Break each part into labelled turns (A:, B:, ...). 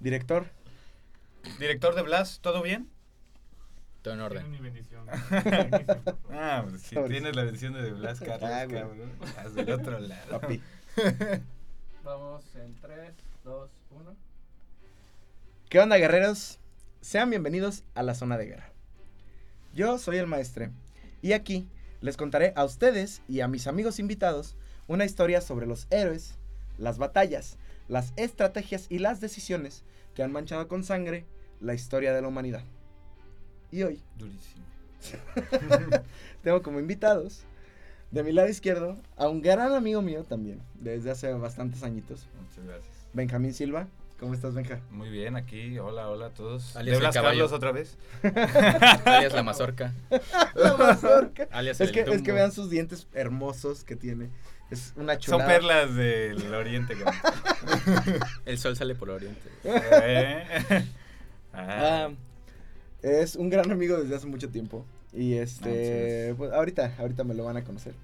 A: Director.
B: Director de Blas, ¿todo bien?
C: Todo en
D: Tiene
C: orden.
D: mi bendición. Buenísimo.
B: Ah, pues, si
A: Sobre.
B: tienes la versión de Blas Carlos,
A: Ah, güey.
B: cabrón. Haz del otro lado.
A: Papi.
D: Vamos en 3, 2, 1.
A: ¿Qué onda, guerreros? Sean bienvenidos a la zona de guerra. Yo soy el maestre y aquí les contaré a ustedes y a mis amigos invitados una historia sobre los héroes, las batallas, las estrategias y las decisiones que han manchado con sangre la historia de la humanidad. Y hoy
B: Durísimo.
A: tengo como invitados de mi lado izquierdo a un gran amigo mío también, desde hace bastantes añitos,
B: Muchas gracias.
A: Benjamín Silva. ¿Cómo estás, Benja?
B: Muy bien, aquí. Hola, hola a todos.
C: Alias
B: ¿De
C: el
B: Blas
C: caballo.
B: Carlos otra vez?
C: Alias la mazorca.
A: La mazorca.
C: Alias
A: Es
C: el
A: que, es
C: tumbo.
A: que vean sus dientes hermosos que tiene. Es una chulada.
B: Son perlas del oriente, cabrón.
C: El sol sale por oriente.
B: Eh. Ah,
A: Ah, es un gran amigo desde hace mucho tiempo. Y este,
B: gracias.
A: pues, ahorita, ahorita me lo van a conocer.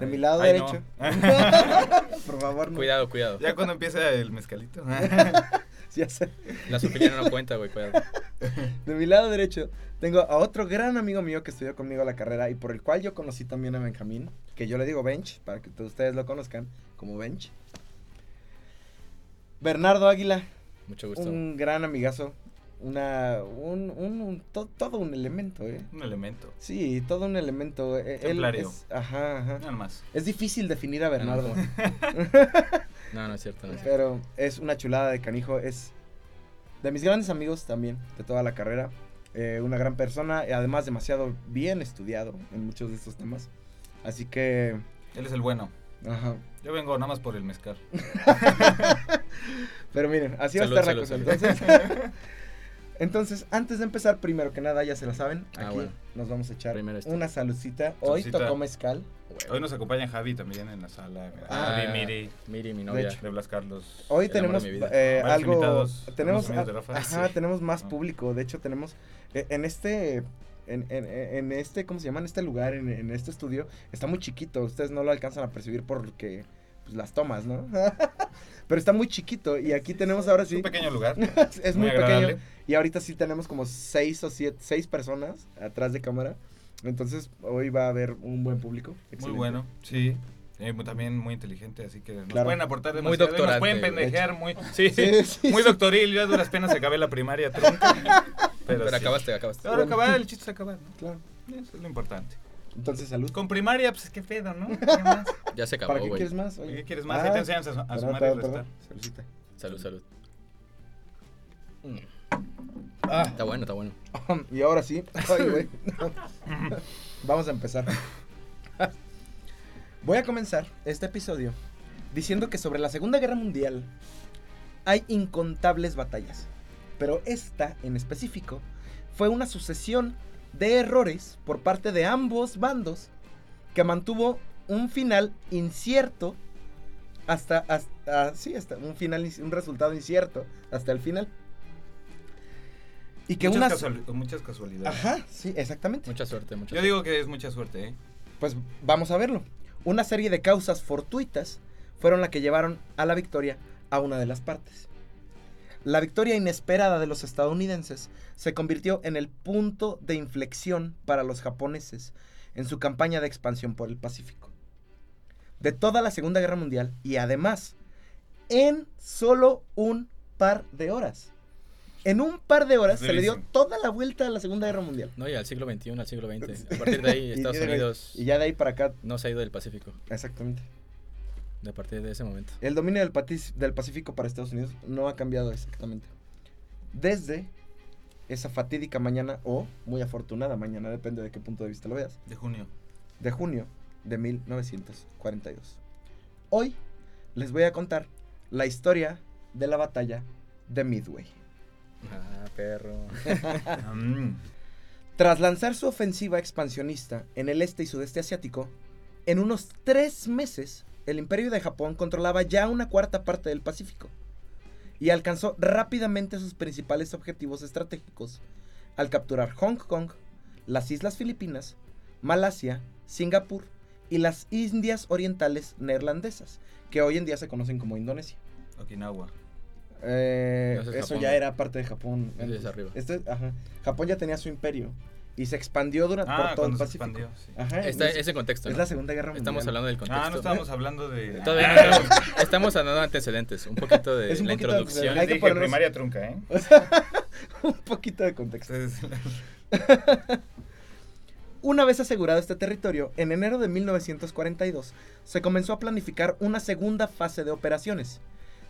A: De
B: ay.
A: mi lado
B: Ay,
A: derecho.
B: no.
A: Por favor, no.
C: Cuidado, cuidado.
B: ya cuando empieza el mezcalito.
A: Ya sé.
C: La sopilina no cuenta, güey, cuidado.
A: De mi lado derecho tengo a otro gran amigo mío que estudió conmigo la carrera y por el cual yo conocí también a Benjamín, que yo le digo Bench, para que todos ustedes lo conozcan como Bench. Bernardo Águila,
C: Mucho gusto.
A: un gran amigazo, una, un, un- un- to- todo un elemento, ¿eh?
B: Un elemento.
A: Sí, todo un elemento. eh, Él
B: Templario.
A: es, ajá, ajá.
C: Ah.
B: Nada más.
A: Es difícil definir a Bernardo,
C: No, no es cierto. No es cierto.
A: pero es una chulada de canijo. Es de mis grandes amigos también, de toda la carrera. eh, una gran persona y además demasiado bien estudiado en muchos de estos temas. Así que,
B: Él es el bueno.
A: ajá.
B: Yo vengo nada más por el mezcal.
A: Pero miren, así
C: Salud,
A: va a estar
C: salud,
A: la
C: salud.
A: cosa. Entonces, entonces, antes de empezar, primero que nada, ya se la saben,
C: Ah,
A: aquí
C: bueno.
A: nos vamos a echar
C: Primero esto.
A: una saludcita. Hoy
B: Saludcita.
A: tocó mezcal.
B: Hoy nos acompaña Javi también en la sala.
A: Ah.
B: Javi, Miri,
C: Miri, mi
A: De
C: novia.
A: hecho.
B: de Blas Carlos.
A: Hoy
C: El amor
A: tenemos
C: de mi vida.
A: eh,
B: Varios
A: algo.
B: invitados,
A: Tenemos,
B: unos amigos de
A: a-
B: Rafa.
A: ajá,
B: Sí.
A: tenemos más
B: Ah.
A: público. De hecho, tenemos eh, en este. En, en- en este, ¿cómo se llama? En este lugar, en, en este estudio, está muy chiquito. Ustedes no lo alcanzan a percibir porque pues, las tomas, ¿no? Pero está muy chiquito. Y aquí tenemos ahora
B: Es
A: sí.
B: un pequeño lugar.
A: es muy,
B: agradable.
A: pequeño. Y ahorita sí tenemos como seis o siete, seis personas atrás de cámara. Entonces, hoy va a haber un buen público.
B: Muy
A: Excelente.
B: bueno, sí. Eh, mu- también muy inteligente, así que nos
A: Claro.
B: pueden aportar
C: Muy
B: demasiado. y Nos
C: doctorante,
B: pueden
C: güey.
B: pendejear muy. Sí,
A: Sí, sí,
B: muy
A: sí.
B: doctoril. Yo a duras penas acabé la primaria trunca.
C: Pero,
B: sí.
C: acabaste, acabaste.
B: Ahora acabar, el chiste es acabar, ¿no?
A: Claro.
B: Eso es lo importante.
A: Entonces, salud.
B: Con primaria, pues qué pedo, ¿no? ¿Qué más?
C: Ya se
A: ¿Para
C: acabó,
A: qué
C: güey.
A: quieres más? Oye.
B: ¿Qué quieres más?
A: Ah,
B: Ahí te enseñamos a, a
A: perdón,
B: sumar y
A: perdón,
B: restar.
A: perdón. Saludcita.
C: Salud, salud. Mm.
A: Ah.
C: Está bueno, está bueno.
A: Y ahora sí, ay, güey. vamos a empezar. Voy a comenzar este episodio diciendo que sobre la Segunda Guerra Mundial hay incontables batallas, pero esta en específico fue una sucesión de errores por parte de ambos bandos que mantuvo un final incierto hasta, hasta sí, hasta un final inci- un resultado incierto hasta el final. Y que
B: muchas,
A: una
B: casual- muchas casualidades.
A: Ajá, sí, exactamente.
C: Mucha suerte, mucha
B: Yo digo que es mucha suerte, ¿eh?
A: Pues vamos a verlo. Una serie de causas fortuitas fueron las que llevaron a la victoria a una de las partes. La victoria inesperada de los estadounidenses se convirtió en el punto de inflexión para los japoneses en su campaña de expansión por el Pacífico. De toda la Segunda Guerra Mundial y además en solo un par de horas. En un par de horas se le dio
B: Durísimo.
A: toda la vuelta a la Segunda Guerra Mundial.
C: No, y al siglo XXI, al siglo XX. A partir de ahí,
A: Y
C: Estados
A: ya de-
C: Unidos
A: Y ya de ahí para acá,
C: no se ha ido del Pacífico.
A: exactamente.
C: De a partir de ese momento.
A: El dominio del, patis- del Pacífico para Estados Unidos no ha cambiado exactamente. Desde esa fatídica mañana, o muy afortunada mañana, depende de qué punto de vista lo veas,
B: De junio.
A: de junio de 1942. Hoy les voy a contar la historia de la batalla de Midway.
C: Ah, perro.
A: Ah.
B: Mm.
A: Tras lanzar su ofensiva expansionista en el este y sudeste asiático, en unos tres meses el imperio de Japón controlaba ya una cuarta parte del Pacífico y alcanzó rápidamente sus principales objetivos estratégicos al capturar Hong Kong, las Islas Filipinas, Malasia, Singapur y las Indias Orientales Neerlandesas, que hoy en día se conocen como Indonesia.
B: Okinawa.
A: Eh,
C: No, ese es
A: eso
C: Japón,
A: ya
C: ¿no?
A: era parte de Japón.
C: Ese es arriba.
A: Este, ajá. Japón ya tenía su imperio y se expandió durante
B: Ah,
A: por todo el
B: cuando se
A: Pacífico. Ah,
B: expandió. sí.
A: Ajá,
C: Está,
A: es,
C: ese contexto.
A: es
C: ¿no?
A: la Segunda Guerra Mundial.
C: Estamos hablando del contexto.
B: Ah, no estábamos hablando de.
C: Todavía no
B: Ah,
C: estamos, estamos hablando de antecedentes, un poquito de
A: Es un
C: la
A: poquito de
C: introducción.
A: Hay que
B: dije,
A: ponernos-
B: primaria trunca, ¿eh?
A: Un poquito de contexto.
B: Entonces,
A: Una vez asegurado este territorio, en enero de 1942 se comenzó a planificar una segunda fase de operaciones.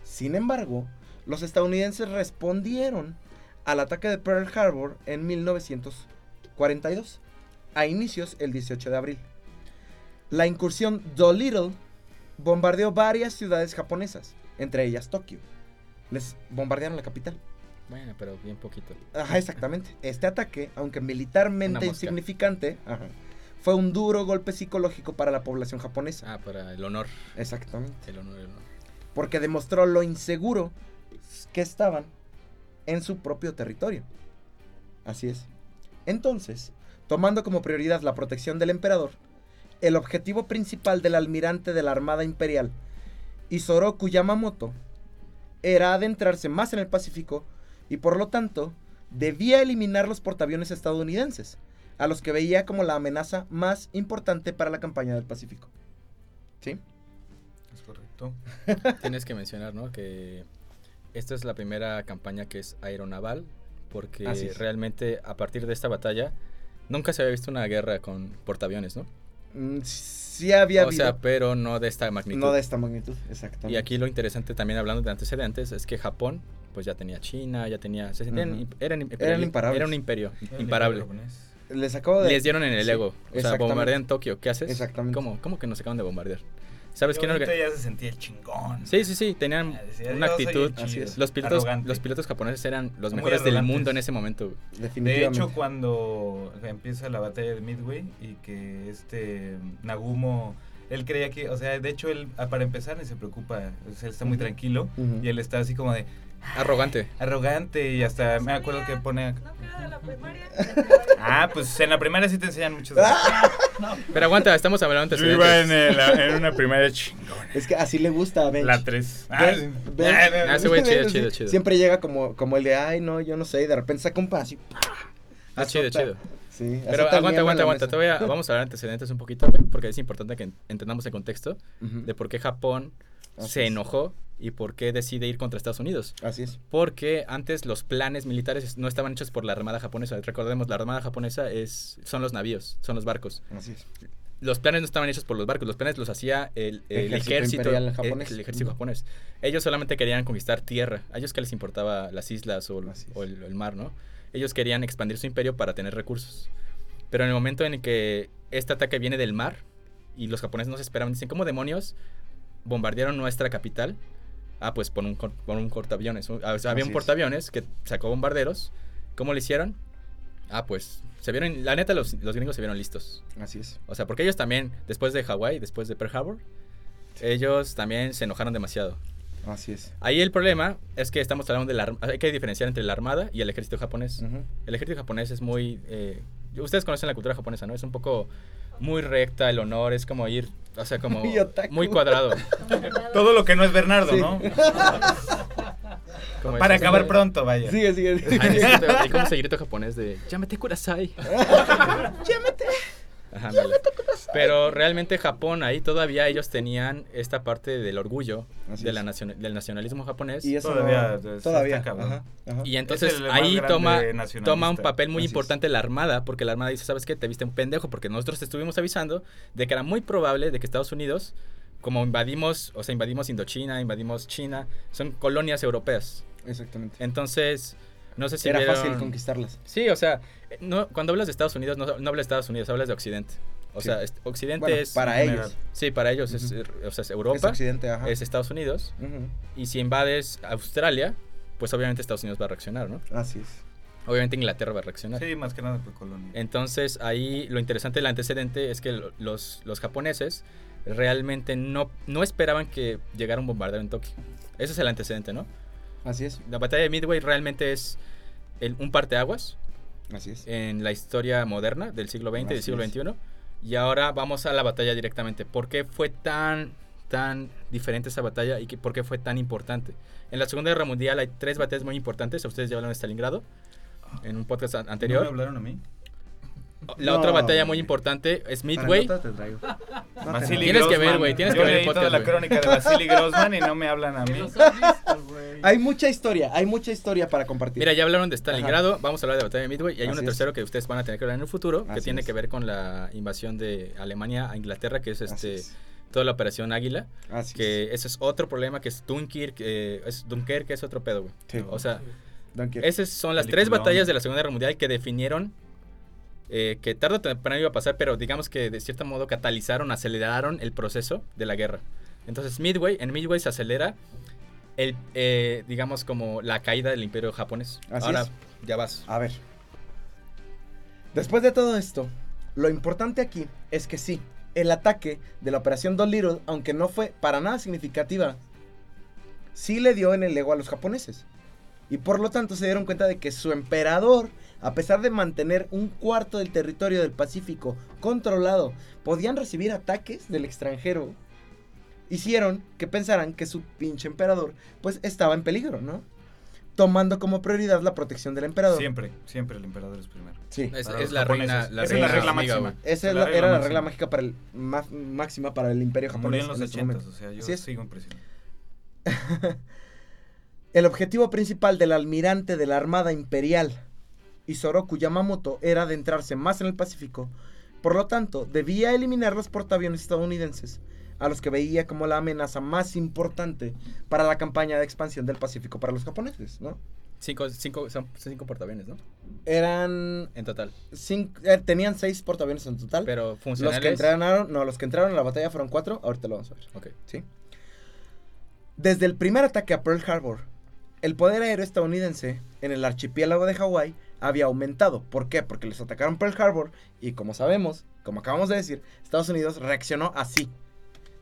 A: Sin embargo, los estadounidenses respondieron al ataque de Pearl Harbor en 1942, a inicios el 18 de abril. La incursión Dolittle bombardeó varias ciudades japonesas, entre ellas Tokio. Les bombardearon la capital.
C: Bueno, pero bien poquito.
A: Ajá, exactamente. Este ataque, aunque militarmente
C: Una mosca.
A: insignificante, ajá, fue un duro golpe psicológico para la población japonesa.
C: Ah, para el honor.
A: Exactamente.
C: El honor, el honor.
A: Porque demostró lo inseguro que estaban en su propio territorio. Así es. Entonces, tomando como prioridad la protección del emperador, el objetivo principal del almirante de la Armada Imperial, Isoroku Yamamoto, era adentrarse más en el Pacífico y por lo tanto debía eliminar los portaaviones estadounidenses, a los que veía como la amenaza más importante para la campaña del Pacífico. ¿Sí?
B: es correcto.
C: Tienes que mencionar, ¿no? Que esta es la primera campaña que es aeronaval, porque
A: Así es.
C: realmente a partir de esta batalla nunca se había visto una guerra con portaaviones, ¿no?
A: Mm, Sí había
C: o
A: habido.
C: sea, pero no de esta magnitud.
A: No de esta magnitud, exactamente.
C: Y aquí lo interesante también hablando de antecedentes es que Japón pues ya tenía China, ya tenía... se sentían
A: Ujú.
C: imp- eran, imp-
A: Eran imparables.
C: Era un imperio,
B: El
C: imparable.
B: libro japonés.
A: les acabo de.
C: Les dieron en el
A: Sí,
C: ego. O sea,
A: exactamente.
C: bombardean Tokio. ¿Qué haces?
A: Exactamente.
C: ¿Cómo, ¿Cómo que nos acaban de bombardear? ¿Sabes
B: Qué
C: quién
B: bonito,
C: organizó?
B: ya se sentía el chingón.
C: Sí, sí, sí. Tenían
B: Ah, decía,
C: una
B: "Yo soy el
C: actitud.
B: chido,
A: así es.
C: Los pilotos,
B: arrogante".
C: los pilotos japoneses eran los
B: Muy
C: mejores del
B: arrogantes.
C: mundo en ese momento. güey.
B: De
A: Definitivamente.
B: hecho, cuando empieza la batalla de Midway y que este Nagumo, él creía que, o sea, de hecho, él ah, para empezar ni se preocupa, o sea, él está muy
A: Ujú.
B: tranquilo
A: Ujú.
B: y él está así como de
C: Arrogante.
B: arrogante y hasta me acuerdo que pone.
E: No queda de la primaria.
B: Ah, pues en la primaria sí te enseñan muchas cosas.
A: Ah.
C: Pero aguanta, estamos hablando de antecedentes.
B: una primaria chingona.
A: Es que así le gusta a Bench.
B: 3.
A: Bench- Bench-
C: Ah, ese güey chido,
A: Sí,
C: chido, chido.
A: Siempre llega como, como el de, ay, no, yo no sé, y de repente saca un pan así. ¡pah!
C: Ah, chido,
A: azota.
C: chido.
A: Sí,
C: Pero
A: azota el miembro
C: aguanta,
A: en
C: aguanta,
A: la
C: aguanta.
A: mesa.
C: Todavía vamos a hablar de antecedentes un poquito, güey, porque es importante que en- entendamos el contexto
A: Ujú.
C: de por qué Japón
A: Así
C: se
A: es.
C: enojó y por qué decide ir contra Estados Unidos.
A: Así es.
C: Porque antes los planes militares no estaban hechos por la Armada japonesa. Recordemos, la Armada japonesa es, son los navíos, son los barcos.
A: Así es.
C: Los planes no estaban hechos por los barcos, los planes los hacía el, el
A: Ejército
C: ejército,
A: imperial
C: el-
A: japonés.
C: el ejército
A: Ujú.
C: japonés. Ellos solamente querían conquistar tierra. A ellos que les importaba las islas o, el-
A: Así es.
C: o el, el mar, ¿no? Ellos querían expandir su imperio para tener recursos. Pero en el momento en el que este ataque viene del mar y los japoneses no se esperaban, dicen, ¿cómo demonios bombardearon nuestra capital? Ah, pues por un, cor- por un portaaviones. O sea, había
A: Así es.
C: un portaaviones que sacó bombarderos. ¿Cómo lo hicieron? Ah, pues se vieron, la neta los, los gringos se vieron listos.
A: Así es.
C: O sea, porque ellos también, después de Hawái, después de Pearl Harbor, ellos también se enojaron demasiado.
A: Así es.
C: Ahí el problema es que estamos hablando de la... arm- Hay que diferenciar entre la armada y el ejército japonés.
A: Ujú.
C: El ejército japonés es muy... eh, ustedes conocen la cultura japonesa, ¿no? Es un poco muy recta, el honor, es como ir... O sea, como...
A: Muy otaku.
C: muy cuadrado.
B: Todo lo que no es Bernardo,
A: Sí.
B: ¿no?
C: como eh,
B: Para
C: Pues es-
B: acabar pronto, vaya.
A: Sigue, sigue. sigue.
C: Hay Ah, ese grito- hay como ese grito japonés de... Llámate Kurasai. Ajá, ándale. Pero realmente Japón ahí todavía ellos tenían esta parte del orgullo
A: Así
C: de la
A: es.
C: nacion- del nacionalismo japonés.
A: Y eso
B: Todavía,
A: no-
B: está
A: todavía.
B: cabrón.
A: Ajá, ajá.
C: Y entonces
B: el más
C: ahí
B: grande
C: toma,
B: nacionalista.
C: toma un papel muy
A: Así es.
C: importante la Armada, porque la Armada dice, ¿sabes qué? Te viste un pendejo, porque nosotros te estuvimos avisando de que era muy probable de que Estados Unidos, como invadimos, o sea, invadimos Indochina, invadimos China, son colonias europeas.
A: Exactamente.
C: Entonces, no sé si...
A: Era
C: vieron-
A: fácil conquistarlas.
C: Sí, o sea, eh, no, cuando hablas de Estados Unidos, no, no hablas de Estados Unidos, hablas de Occidente. O
A: Sí.
C: sea, es- Occidente
A: Bueno,
C: es...
A: para
B: general.
A: ellos.
C: Sí, para ellos es,
A: Ujú.
C: eh, o sea,
A: Es
C: es Europa, es,
A: Occidente, ajá.
C: Estados Unidos.
A: Ujú.
C: Y si invades Australia, pues obviamente Estados Unidos va a reaccionar, ¿no?
A: Así es.
C: Obviamente Inglaterra va a reaccionar.
B: Sí, más que nada por colonia.
C: Entonces ahí lo interesante del antecedente es que lo- los, los japoneses realmente no, no esperaban que llegara un bombardeo en Tokio. Ese es el antecedente, ¿no?
A: Así es.
C: La batalla de Midway realmente es el- un parteaguas
A: Así es.
C: en la historia moderna del siglo XX y del
A: Así
C: siglo
A: es.
C: XXI. Y ahora vamos a la batalla directamente. ¿Por qué fue tan tan diferente esa batalla y que- por qué fue tan importante. En la Segunda Guerra Mundial hay tres batallas muy importantes. Ustedes ya hablaron de Stalingrado en un podcast an-
B: ¿No me
C: anterior.
B: hablaron a mí?
C: La otra
A: No,
C: batalla muy
A: hombre.
C: importante es
A: Para
C: Midway.
A: notas te traigo. No te
B: Vasily
A: enojes.
C: Tienes que ver,
B: Grossman.
C: güey, tienes que
B: Yo
C: ver el
B: leí
C: podcast,
B: toda la
C: güey.
B: crónica de Vasily Grossman y no me hablan a
D: Que
B: mí.
D: los has visto, güey.
A: Hay mucha historia, hay mucha historia para compartir.
C: Mira, ya hablaron de Stalingrado, vamos a hablar de la batalla de Midway y hay
A: Así
C: uno
A: es.
C: tercero que ustedes van a tener que hablar en el futuro, que
A: Así
C: tiene
A: es.
C: que ver con la invasión de Alemania a Inglaterra, que es
A: Así
C: este
A: es.
C: toda la operación Águila,
A: Así es.
C: que ese es otro problema que es Dunkirk, eh, es Dunkerque es otro pedo, güey.
A: Sí.
C: O sea,
A: Dunkirk.
C: esas son las tres
B: Peliculón.
C: batallas de la Segunda Guerra Mundial que definieron eh, que tarde o temprano iba a pasar, pero digamos que de cierto modo catalizaron, aceleraron el proceso de la guerra. Entonces Midway, en Midway se acelera el, eh, digamos como la caída del imperio japonés.
A: Así
C: Ahora
A: es.
C: ya vas.
B: Ah,
A: A ver. Después de todo esto, lo importante aquí es que sí, el ataque de la operación Dolittle, aunque no fue para nada significativa, sí le dio en el ego a los japoneses. Y por lo tanto se dieron cuenta de que su emperador, a pesar de mantener un cuarto del territorio del Pacífico controlado, podían recibir ataques del extranjero. Hicieron que pensaran que su pinche emperador pues estaba en peligro, ¿no? Tomando como prioridad la protección del emperador.
B: Siempre, siempre el emperador es primero.
A: Sí.
C: Es,
B: Para
C: es
B: los
C: la reina,
B: japoneses.
C: la
B: Esa
A: es la
C: reina
A: regla
C: amiga,
B: máxima.
C: güey.
A: Esa es
B: Es Eh, la
A: la-
B: regla
A: era la
B: máxima.
A: regla mágica para el, ma- máxima para el imperio
B: Murió
A: japonés.
B: en los
A: en ese
B: 80,
A: momento.
B: o sea, yo
A: Así es.
B: sigo impresionado.
A: El objetivo principal del almirante de la Armada Imperial, Isoroku Yamamoto, era adentrarse más en el Pacífico. Por lo tanto, debía eliminar los portaaviones estadounidenses, a los que veía como la amenaza más importante para la campaña de expansión del Pacífico para los japoneses, ¿no?
C: Cinco, cinco, son cinco portaaviones, ¿no?
A: Eran
C: En total.
A: cinco, eh, tenían seis portaaviones en total.
C: Pero funcionales.
A: los que entraron, no, los que entraron a la batalla fueron cuatro. Ahorita lo vamos a ver.
C: Ok.
A: ¿sí? Desde el primer ataque a Pearl Harbor, el poder aéreo estadounidense en el archipiélago de Hawái había aumentado. ¿Por qué? Porque les atacaron Pearl Harbor y como sabemos, como acabamos de decir, Estados Unidos reaccionó así.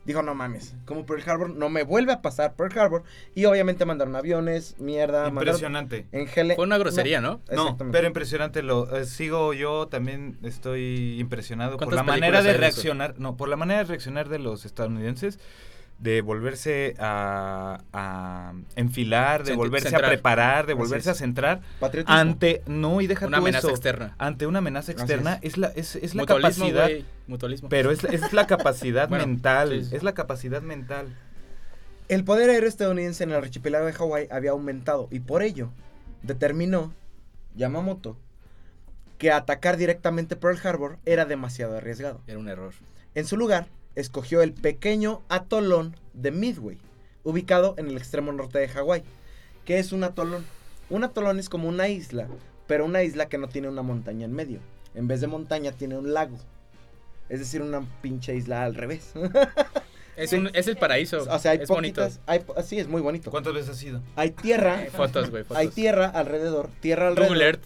A: Dijo, no mames, como Pearl Harbor no me vuelve a pasar Pearl Harbor. Y obviamente mandaron aviones, mierda, Ah, mandaron
B: Impresionante.
A: en gele-
C: Fue una grosería, ¿no?
B: No,
A: exactamente.
B: pero impresionante lo eh, sigo yo también estoy impresionado por
C: ¿Cuántas
B: la manera
C: películas
B: de
C: hay de eso?
B: reaccionar, no, por la manera de reaccionar de los estadounidenses de volverse a, a enfilar, de
C: Cent-
B: volverse
C: centrar.
B: a preparar, de
A: Así
B: volverse a
A: es.
B: centrar
A: Patriotismo.
B: ante no y deja
C: Una
B: tú
C: amenaza
B: eso,
C: externa.
B: ante una
A: Así
B: amenaza externa es la es, es la
C: Mutualismo,
B: capacidad,
C: güey, Mutualismo.
B: pero es, es la capacidad
C: Bueno,
B: mental,
C: sí, sí.
B: es la capacidad mental.
A: El poder aéreo estadounidense en el archipiélago de Hawái había aumentado y por ello determinó Yamamoto que atacar directamente Pearl Harbor era demasiado arriesgado.
C: Era un error.
A: En su lugar, escogió el pequeño atolón de Midway, ubicado en el extremo norte de Hawái. ¿Qué es un atolón? Un atolón es como una isla, pero una isla que no tiene una montaña en medio. En vez de montaña tiene un lago. Es decir, una pinche isla al revés.
C: Es,
A: Sí.
C: un- es el paraíso.
A: o sea, hay
C: es
A: poquitas... hay po- sí, es muy bonito.
B: ¿Cuántas veces ha sido?
A: Hay tierra,
C: bonito. Fotos, güey. Eh, Fotos.
A: hay tierra alrededor, tierra
C: Google
A: alrededor.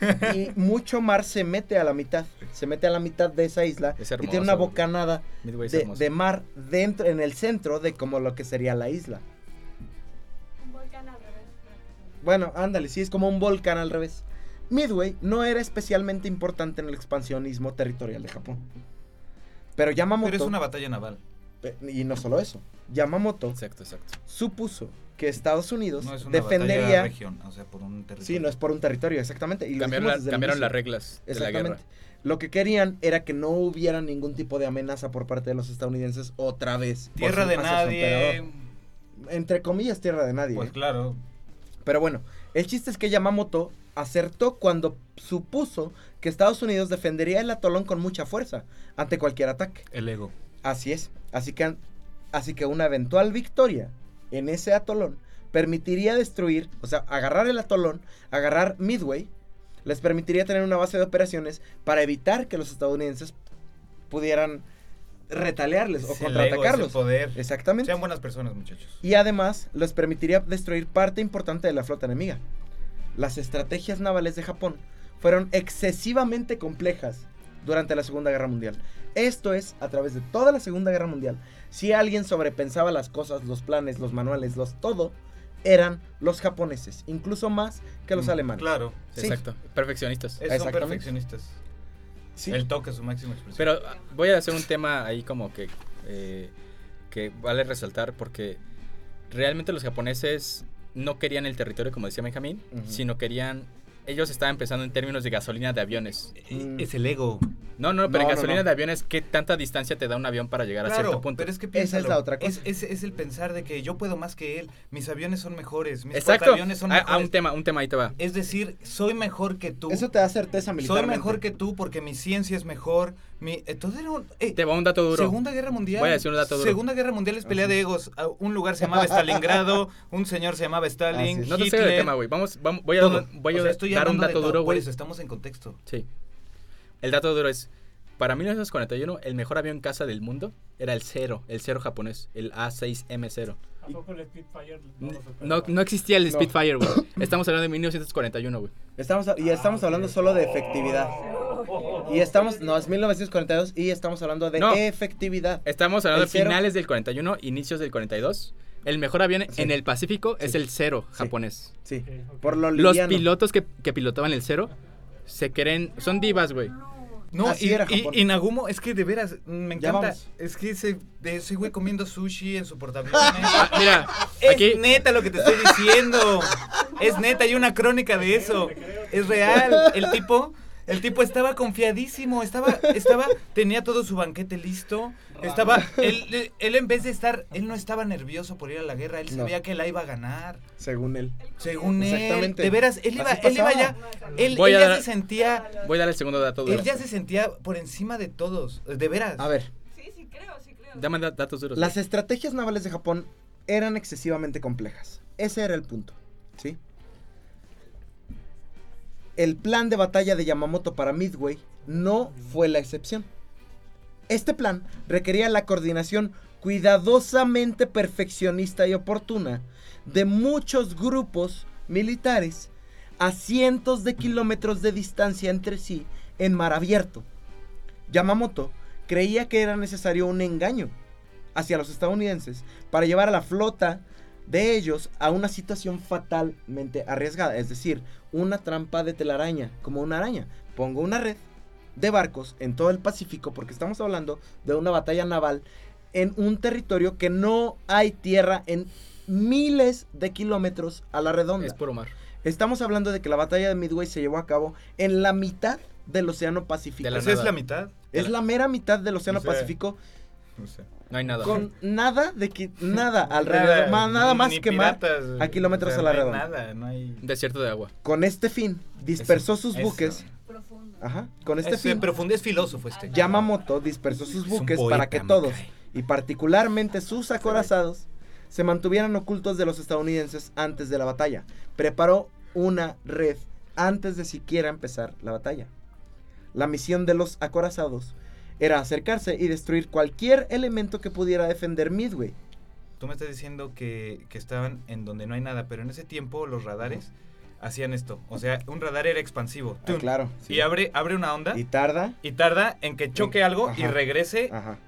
C: Earth.
A: Y mucho mar se mete a la mitad. Se mete a la mitad de esa isla.
C: Es
A: y
C: hermoso,
A: tiene una
C: güey.
A: bocanada
C: Midway es
A: de,
C: hermoso.
A: de mar dentro, en el centro de como lo que sería la isla.
E: Un volcán al revés.
A: Bueno, ándale, sí, es como un volcán al revés. Midway no era especialmente importante en el expansionismo territorial de Japón. Pero Yamamoto.
B: Pero es una batalla naval.
A: eh, Y no solo eso. Yamamoto
C: Exacto, exacto.
A: supuso que Estados Unidos
B: No es una batalla
A: defendería.
B: región, o sea, por un territorio.
A: Sí, no es por un territorio, exactamente. Y lo
C: Cambiaron,
A: dijimos
C: la-
A: desde el
C: cambiaron
A: inicio.
C: las reglas de la guerra.
A: Exactamente. Lo que querían era que no hubiera ningún tipo de amenaza por parte de los estadounidenses otra vez. por
B: Tierra
A: su-
B: de
A: hacia su emperador.
B: nadie.
A: Entre comillas, tierra de nadie.
B: Pues
A: ¿eh?
B: claro.
A: Pero bueno, el chiste es que Yamamoto acertó cuando supuso que Estados Unidos defendería el atolón con mucha fuerza ante cualquier ataque.
B: El ego.
A: Así es. Así que, an- así que una eventual victoria en ese atolón permitiría destruir, o sea, agarrar el atolón, agarrar Midway, les permitiría tener una base de operaciones para evitar que los estadounidenses pudieran retalearles o
B: Es el ego, es el
A: contraatacarlos.
B: poder.
A: Exactamente.
B: Sean buenas personas, muchachos.
A: Y además les permitiría destruir parte importante de la flota enemiga. Las estrategias navales de Japón fueron excesivamente complejas durante la Segunda Guerra Mundial. Esto es a través de toda la Segunda Guerra Mundial. Si alguien sobrepensaba las cosas, los planes, los manuales, los todo, eran los japoneses, incluso más que los
B: Mm,
A: alemanes.
B: Claro.
A: Sí.
C: Exacto. Perfeccionistas.
B: Es- Son
A: Exactamente.
B: perfeccionistas.
A: Sí.
B: El toque es su máxima expresión.
C: Pero ah, voy a hacer un tema ahí como que... eh, que vale resaltar porque realmente los japoneses no querían el territorio, como decía Benjamín,
A: Ujú.
C: sino querían... Ellos estaban pensando en términos de gasolina de aviones.
A: Mm.
B: Es el ego.
C: No, no, pero
A: No,
C: en
A: no,
C: gasolina
A: no.
C: de aviones, ¿qué tanta distancia te da un avión para llegar a cierto punto?
B: pero es que
A: Esa es
B: piénsalo.
A: la otra cosa.
B: Es, es- es el pensar de que yo puedo más que él, mis aviones son mejores, mis
C: Exacto.
B: aviones son
C: A,
B: mejores. Eh,
C: a un tema, un tema ahí te va.
B: Es decir, soy mejor que tú.
A: Eso te da certeza militar.
B: soy mejor que tú porque mi ciencia es mejor. Mi... Entonces era un... eh,
C: Te va un dato duro.
B: Segunda Guerra Mundial.
C: Voy a decir un dato duro.
B: Segunda Guerra Mundial es pelea de egos. A Un lugar se llamaba Stalingrado, un señor se llamaba Stalin.
A: Así es.
C: No te
B: Hitler,
C: salgas del tema, güey. Vamos, vamos- voy a,
B: todo.
C: voy a
B: O sea, estoy
C: dar un
B: hablando de
C: dato
B: todo,
C: duro,
B: Por
C: güey.
B: eso estamos en contexto.
C: Sí. El dato duro es, para 1941, el mejor avión casa del mundo era el cero, el cero japonés, el A6M0.
D: ¿A poco el Spitfire no lo
C: No,
D: superaba?
C: no existía el
A: No.
C: Spitfire, güey. Estamos hablando de 1941, güey.
A: Estamos, y estamos
B: Ah,
A: hablando solo de efectividad.
D: Oh,
A: Y estamos, no, es 1942 y estamos hablando de
C: No.
A: efectividad.
C: Estamos hablando
A: El
C: de
A: cero.
C: finales del 41, inicios del 42. El mejor avión
A: Sí.
C: en el Pacífico es
A: Sí.
C: el cero
A: Sí.
C: japonés.
A: Sí,
D: Ok, ok.
A: por lo
C: Los
A: liviano.
C: pilotos que, que pilotaban el cero se creen, son divas, güey.
B: No,
A: Así
B: y,
A: era
B: y-
A: Japón.
B: y Nagumo, es que de veras, me
A: Ya
B: encanta.
A: vamos.
B: Es que ese, de ese güey comiendo sushi en su portaaviones.
C: Ah, mira, aquí
B: Es neta lo que te estoy diciendo. Es neta, hay una crónica de eso. Es real. El tipo, el tipo estaba confiadísimo, estaba, estaba, tenía todo su banquete listo. Estaba, él, él en vez de estar, él no estaba nervioso por ir a la guerra, él
A: No.
B: sabía que la iba a ganar.
A: Según él.
B: Según él,
A: Exactamente.
B: de veras, él iba,
A: Así
B: él iba
A: pasaba.
B: ya, él,
C: Voy
B: él
C: a
B: ya
C: dar-
B: se sentía,
C: voy a dar el segundo dato duro.
B: él ya se sentía por encima de todos, de veras.
A: A ver,
E: Sí, sí creo, sí creo.
C: Dame da- datos duros.
A: las estrategias navales de Japón eran excesivamente complejas. Ese era el punto, ¿sí? El plan de batalla de Yamamoto para Midway no fue la excepción. Este plan requería la coordinación cuidadosamente perfeccionista y oportuna de muchos grupos militares a cientos de kilómetros de distancia entre sí en mar abierto. Yamamoto creía que era necesario un engaño hacia los estadounidenses para llevar a la flota de ellos a una situación fatalmente arriesgada, es decir, una trampa de telaraña, como una araña. Pongo una red de barcos en todo el Pacífico, porque estamos hablando de una batalla naval en un territorio que no hay tierra en miles de kilómetros a la redonda.
C: Es puro mar.
A: Estamos hablando de que la batalla de Midway se llevó a cabo en la mitad del Océano Pacífico.
C: De la
B: Pues es
C: nada.
B: la mitad.
A: es la mera mitad del Océano
B: Sí.
A: Pacífico
B: No sé.
C: No hay nada.
A: con nada de que nada alrededor, ma- nada
B: ni-
A: más
B: ni
A: que mar.
B: piratas,
A: a kilómetros
B: o sea,
A: a la
B: no hay
A: redonda.
B: Nada, no hay.
C: Desierto de agua.
A: Con este fin, dispersó
B: Eso,
A: sus
B: eso.
A: buques.
E: Profundo.
B: Ah.
A: Ajá, con este
B: Ese
A: fin,
B: profundo es filósofo este.
A: Yamamoto dispersó sus
B: Es un
A: buques
B: poeta,
A: para que
B: me
A: todos,
B: cae.
A: y particularmente sus acorazados, se mantuvieran ocultos de los estadounidenses antes de la batalla. Preparó una red antes de siquiera empezar la batalla. La misión de los acorazados era acercarse y destruir cualquier elemento que pudiera defender Midway.
B: Tú me estás diciendo que, que estaban en donde no hay nada, pero en ese tiempo los radares hacían esto. O sea, un radar era expansivo.
A: Ah,
B: Tun.
A: claro.
B: Y abre, abre una onda
A: Y
B: y,
A: tarda.
B: tarda en que choque
A: En-
B: algo y
A: ajá.
B: regrese.
A: Ajá.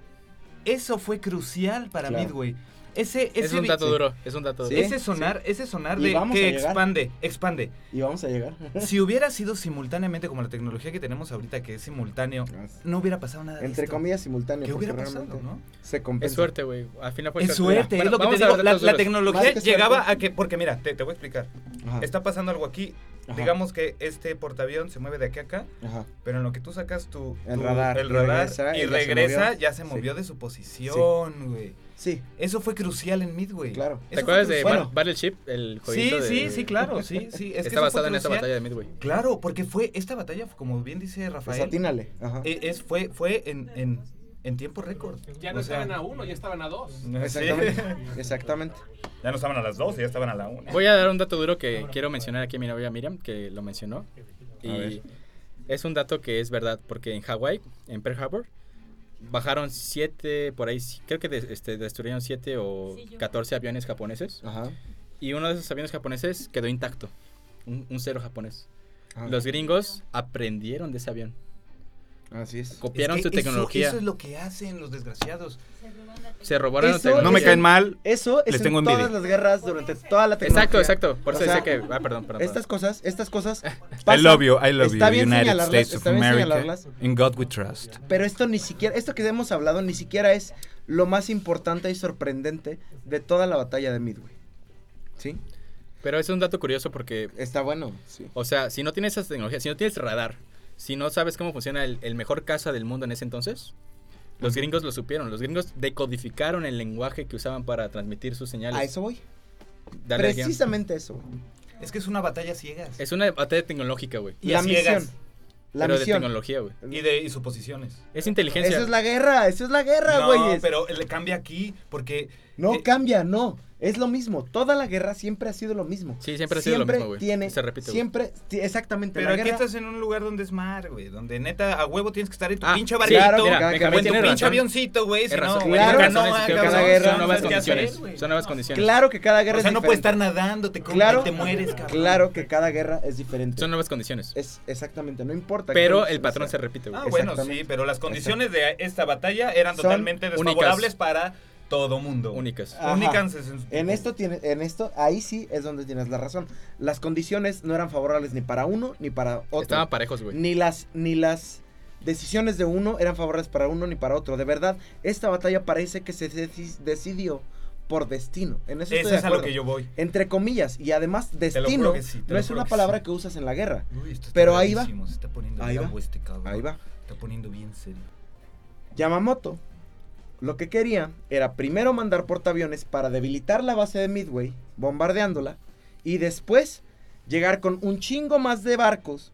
B: Eso fue crucial para
A: Claro.
B: Midway. Ese, ese
C: Es un
B: vi-
C: dato
B: sí.
C: duro. Es un dato
A: Sí.
C: duro.
B: Ese sonar, ese sonar
A: Y
B: de
A: vamos
B: que
A: a llegar.
B: expande, expande.
A: Y vamos a llegar.
B: Si hubiera sido simultáneamente como la tecnología que tenemos ahorita, que es simultáneo, no hubiera pasado nada. de
A: Entre
B: esto.
A: comillas simultáneo.
B: ¿Qué
A: porque
B: hubiera pasado,
A: realmente
B: no?
A: Se compensa.
C: Es suerte, güey. Al final fue
B: Es suerte, es lo que te
C: Pues, vamos a
B: digo.
C: dar
B: La,
C: datos
B: la
C: duros.
B: tecnología
A: Más que
B: llegaba
A: suerte.
B: a que. Porque mira, te, te voy a explicar.
A: Ajá,
B: Está pasando algo aquí.
A: ajá,
B: Digamos que este portaavión se mueve de aquí a acá.
A: ajá.
B: Pero en lo que tú sacas tu.
A: El
B: tu-
A: radar,
B: el
A: y
B: radar
A: regresa,
B: y
A: él ya se
B: regresa,
A: movió.
B: ya se
A: Sí.
B: movió de su posición, güey.
A: Sí,
B: Eso fue crucial en Midway.
A: Claro.
B: Eso
C: ¿Te
B: fue
C: acuerdas de
B: crucial.
A: Bueno.
C: Bar- Battleship? El
B: Sí,
C: jueguito de-
B: sí, sí, claro. Sí, sí. Es que
C: está
B: eso fue
C: basado en esa
B: crucial.
C: batalla de Midway.
B: Claro, porque fue. Esta batalla, como bien dice
A: pues
B: Rafael,
A: atínale. Ajá.
B: e- es, fue, fue en, en, en tiempo récord.
F: Ya no
B: O sea,
F: estaban a uno, ya estaban a dos.
B: no sé.
A: Exactamente. Exactamente.
B: Ya no estaban a las 12, ya estaban a la 1.
C: Voy a dar un dato duro que quiero mencionar aquí a mi novia Miriam, que lo mencionó. Y
A: ver.
C: es un dato que es verdad, porque en Hawái, en Pearl Harbor, bajaron siete, por ahí, creo que de- este, destruyeron siete o
E: Sí, yo-
C: 14 aviones japoneses.
A: Ajá.
C: Y uno de esos aviones japoneses quedó intacto. Un, un cero japonés.
A: ajá.
C: Los gringos aprendieron de ese avión.
A: Así es.
C: Copiaron
B: Es
C: su
B: que eso-
C: tecnología.
B: Eso, es lo que hacen los desgraciados.
C: Se robaron
A: Eso
C: la tecnología.
A: No me caen
B: mal.
A: Eso es
B: Les tengo
A: en
B: envidia.
A: todas las guerras durante toda la tecnología.
C: Exacto, exacto. Por
A: O
C: eso
A: sea,
C: decía que. Ah, perdón, perdón.
A: Estas
C: perdón.
A: cosas, estas cosas.
B: I
A: pasan,
B: love you, I love
A: Está
B: you,
A: bien
B: United
A: señalarlas,
B: States of
A: está bien
B: America.
A: señalarlas.
B: In God we trust.
A: Pero esto ni siquiera, esto que hemos hablado ni siquiera es lo más importante y sorprendente de toda la batalla de Midway. ¿Sí?
C: Pero es un dato curioso porque,
A: Está bueno, sí.
C: o sea, si no tienes esas tecnologías, si no tienes radar, si no sabes cómo funciona el, el mejor caza del mundo en ese entonces, los gringos lo supieron. Los gringos decodificaron el lenguaje que usaban para transmitir sus señales.
A: A eso voy.
C: Dale, Adrián.
A: Precisamente eso, güey.
B: Es que es una batalla a ciegas.
C: Es una batalla tecnológica, güey.
B: Y
A: la
B: a ciegas.
A: misión. La
C: pero de
A: misión.
C: tecnología, güey.
B: Y de y suposiciones.
C: Es inteligencia.
A: Esa es la guerra, esa es la guerra,
B: no,
A: güeyes.
B: pero le cambia aquí porque
A: No
B: eh,
A: cambia, no. Es lo mismo. Toda la guerra siempre ha sido lo mismo.
C: Sí, siempre ha sido lo mismo, güey.
A: Tiene,
C: Se repite, güey.
A: Siempre, ti- exactamente.
B: pero
A: la
B: aquí
A: guerra,
B: estás en un lugar donde es mar, güey, donde neta a huevo tienes que estar en tu
C: Ah,
B: pinche
C: sí,
B: barrito,
A: claro,
B: o en
A: mira,
B: tu
A: Benjamín
B: pinche
A: tiene
C: razón.
B: avioncito, güey,
C: Es
B: si no,
C: razón,
B: güey,
C: güey,
A: claro,
C: tiene
B: no,
C: razones,
A: ah,
C: tiene
A: cabrón,
C: razones,
A: guerra
C: son nuevas
A: no sabes qué
C: condiciones.
B: hacer, güey.
C: son nuevas condiciones.
A: Claro que cada guerra
B: O sea,
A: es
B: no
A: diferente.
B: puedes estar nadando, te,
A: Claro.
B: te mueres, cabrón.
A: Claro que cada guerra es diferente.
C: Son nuevas condiciones.
A: Es exactamente, no importa. qué
C: Pero
A: condiciones
C: el patrón se
A: sea.
C: repite, güey.
B: Ah, bueno, sí,
A: Exactamente.
B: pero las condiciones de esta batalla eran
A: Son
B: totalmente
C: únicas.
B: desfavorables para todo mundo.
C: Únicas.
A: Ajá.
B: Únicas en, su-
A: En esto tiene, en esto ahí sí es donde tienes la razón. Las condiciones no eran favorables ni para uno ni para otro.
C: Estaban parejos, güey.
A: ni las ni las decisiones de uno eran favorables para uno ni para otro. De verdad, esta batalla parece que se deci- decidió por destino. En eso
B: Eso
A: estoy de
B: es a lo
A: acuerdo.
B: que yo voy.
A: Entre comillas y además
B: lo juro
A: destino
B: que sí, te
A: no
B: lo
A: es
B: juro
A: una
B: que
A: palabra
B: sí.
A: que usas en la guerra.
B: Uy, esto está
A: Pero ahí va.
B: bravísimo, Se está poniendo
A: Ahí
B: bravo
A: va.
B: este cabrón.
A: Ahí va.
B: Está poniendo bien serio.
A: Yamamoto lo que quería era primero mandar portaaviones para debilitar la base de Midway, bombardeándola, y después llegar con un chingo más de barcos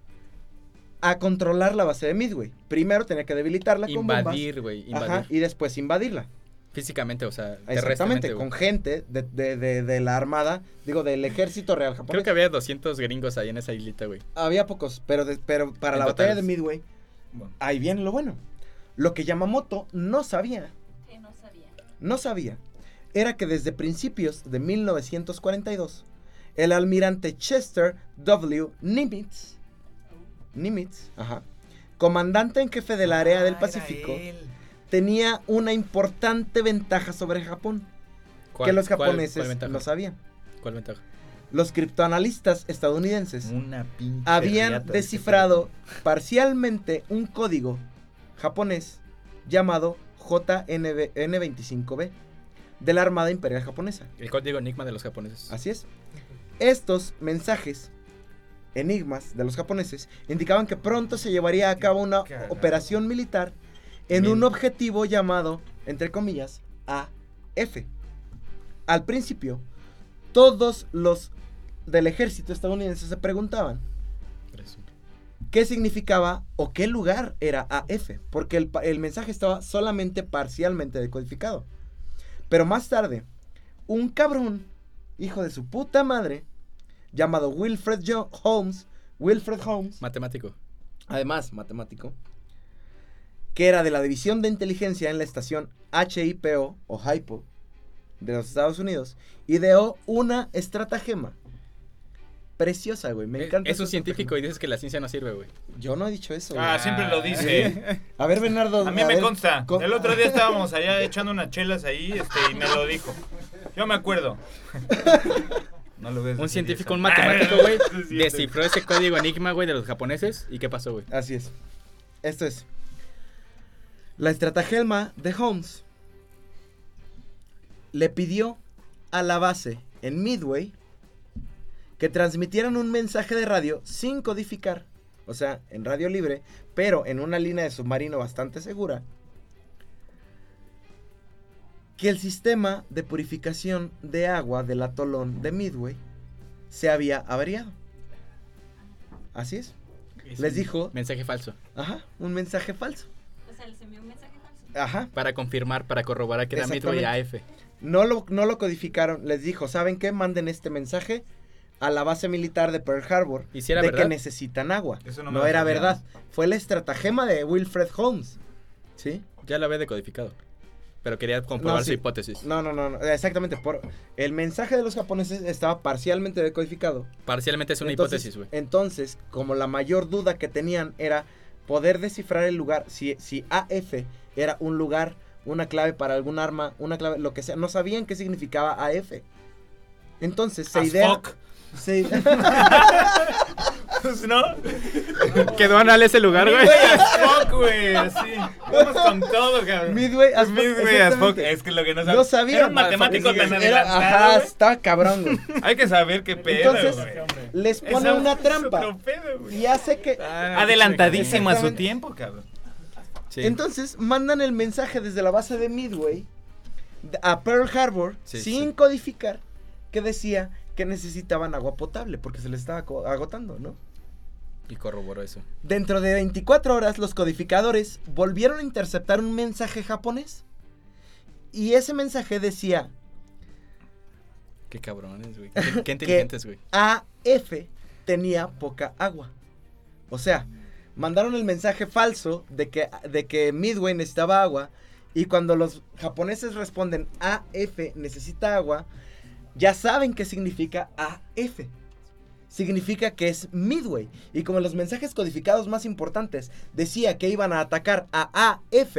A: a controlar la base de Midway. Primero tenía que debilitarla con bombas.
C: Invadir, güey. Invadir.
A: Ajá, y después invadirla.
C: Físicamente, o sea, terrestremente.
A: Exactamente,
C: güey.
A: con gente de, de- de- de la Armada, digo, del Ejército Real Japonés.
C: Creo que había 200 gringos ahí en esa islita, güey.
A: Había pocos, pero, de- pero para
C: En
A: la
C: total.
A: batalla de Midway,
B: Bueno,
A: ahí viene lo bueno. Lo que Yamamoto no sabía,
E: Que Eh, no sabía.
A: no sabía, era que desde principios de 1942, el almirante Chester W. Nimitz, Nimitz, ajá, comandante en jefe del área del
B: ah, era
A: Pacífico,
B: él.
A: tenía una importante ventaja sobre Japón, que
C: ¿Cuál-
A: los
C: cuál-
A: japoneses
C: ¿Cuál ventaja?
A: no sabían.
C: ¿Cuál ventaja?
A: los criptoanalistas estadounidenses
B: Una pinche
A: habían
B: riata de este
A: descifrado
B: cabrón.
A: parcialmente un código japonés llamado JNB-N25B de la Armada Imperial Japonesa.
C: El código enigma de los japoneses.
A: Así es. Estos mensajes, enigmas de los japoneses, indicaban que pronto se llevaría a cabo una
B: Qué cagado.
A: operación militar en
C: Bien.
A: un objetivo llamado, entre comillas, AF. Al principio, todos los del ejército estadounidense se preguntaban qué significaba o qué lugar era AF, porque el, pa- el mensaje estaba solamente parcialmente decodificado. Pero más tarde, un cabrón, hijo de su puta madre, llamado Wilfred Jo- Holmes, Wilfred Holmes,
C: Matemático.
A: además matemático, que era de la División de Inteligencia en la estación HIPO o HIPO de los Estados Unidos, ideó una estratagema. Preciosa, güey. Me
C: Eh,
A: encanta.
C: Eso
A: esa
C: es científico
A: estratagema.
C: y dices que la ciencia no sirve, güey.
A: Yo no he dicho eso. güey.
B: Ah, siempre lo dice.
A: A ver, Bernardo.
B: A mí me
A: ver,
B: consta.
A: con-
B: El otro día estábamos allá echando unas chelas ahí este, y me lo dijo. Yo me acuerdo. No Ah, lo ves.
C: Un científico, un matemático, güey, descifró ese código enigma, güey, de los japoneses. ¿Y qué pasó, güey?
A: Así es. Esto es. La estratagema de Holmes le pidió a la base en Midway que transmitieran un mensaje de radio sin codificar, o sea, en radio libre, pero en una línea de submarino bastante segura, que el sistema de purificación de agua del atolón de Midway se había averiado. Así es. Les dijo
C: Mensaje falso.
A: Ajá, un mensaje falso.
E: O sea, les envió un mensaje falso.
A: Ajá.
C: Para confirmar, para corroborar que era Midway y AF.
A: No lo, no lo codificaron, les dijo, ¿saben qué? Manden este mensaje a la base militar de Pearl Harbor
C: ¿Y si era
A: de
C: verdad?
A: que necesitan agua.
B: Eso no
A: no
B: me lo
A: era
B: sabía.
A: verdad. Fue la estratagema de Wilfred Holmes. ¿Sí?
C: Ya lo había decodificado. Pero quería comprobar
A: No, sí.
C: su hipótesis.
A: No, no, no, no, exactamente. Por, el mensaje de los japoneses estaba parcialmente decodificado.
C: Parcialmente es una
A: Entonces-
C: hipótesis, güey.
A: Entonces, como la mayor duda que tenían era poder descifrar el lugar, si, si AF era un lugar, una clave para algún arma, una clave, lo que sea, no sabían qué significaba AF. Entonces se
B: As
A: idea.
B: fuck.
A: se-
B: Pues, ¿No?
C: Quedó anal ese lugar, güey.
B: As fuck, güey, así. Vamos con todo, cabrón.
A: Midway as fuck,
B: Midway as fuck.
A: exactamente.
B: Es que lo que no sabía.
A: No sabía.
B: Era un matemático tan
A: Era-
B: adelantado.
A: Ajá,
B: güey.
A: está cabrón, güey.
B: Hay que saber qué pedo,
A: Entonces,
B: güey.
A: Les
B: Esa-
A: pone una
B: es
A: trampa
B: otro pedo, güey. Ah,
A: y hace que...
B: Adelantadísimo a su
A: Exactamente.
B: tiempo, cabrón.
C: Sí.
A: Entonces mandan el mensaje desde la base de Midway d- a Pearl Harbor
C: Sí,
A: sin
C: sí.
A: codificar que decía que necesitaban agua potable porque se les estaba co- agotando, ¿no?
C: Y corroboró eso.
A: Dentro de 24 horas los codificadores volvieron a interceptar un mensaje japonés y ese mensaje decía
C: Qué cabrones, güey. Qué, qué inteligentes, güey.
A: AF tenía poca agua. O sea, mandaron el mensaje falso de que, de que Midway necesitaba agua. Y cuando los japoneses responden AF necesita agua, ya saben qué significa AF. Significa que es Midway. Y como los mensajes codificados más importantes decía que iban a atacar a AF,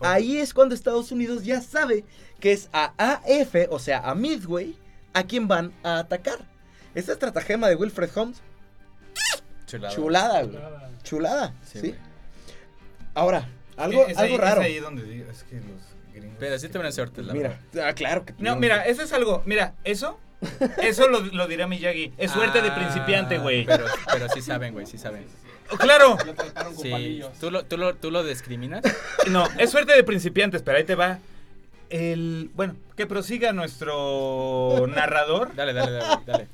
A: ahí es cuando Estados Unidos ya sabe que es a AF, o sea, a Midway, a quien van a atacar. Esta estratagema de Wilfred Holmes,
C: Chulada.
A: chulada, güey.
D: Nada.
A: Chulada,
C: Sí,
A: ¿sí?
C: güey.
A: Ahora, algo,
B: Es ahí-
A: algo raro.
B: Es ahí donde digo, es que los gringos.
C: Pero sí tuvieron suerte, la
A: Mira,
C: verdad.
A: ah, claro que
B: No, mira, eso es algo. Mira, eso. Eso lo, lo dirá Miyagi. Es suerte de
C: Ah,
B: principiante, güey.
C: Pero, pero sí saben, güey, sí saben.
B: Claro.
D: Lo trataron con
C: Sí.
D: palillos.
C: ¿Tú lo, tú, lo, ¿Tú lo discriminas?
B: No, es suerte de principiantes, pero ahí te va. El. Bueno, que prosiga nuestro narrador.
C: Dale, dale, dale. dale.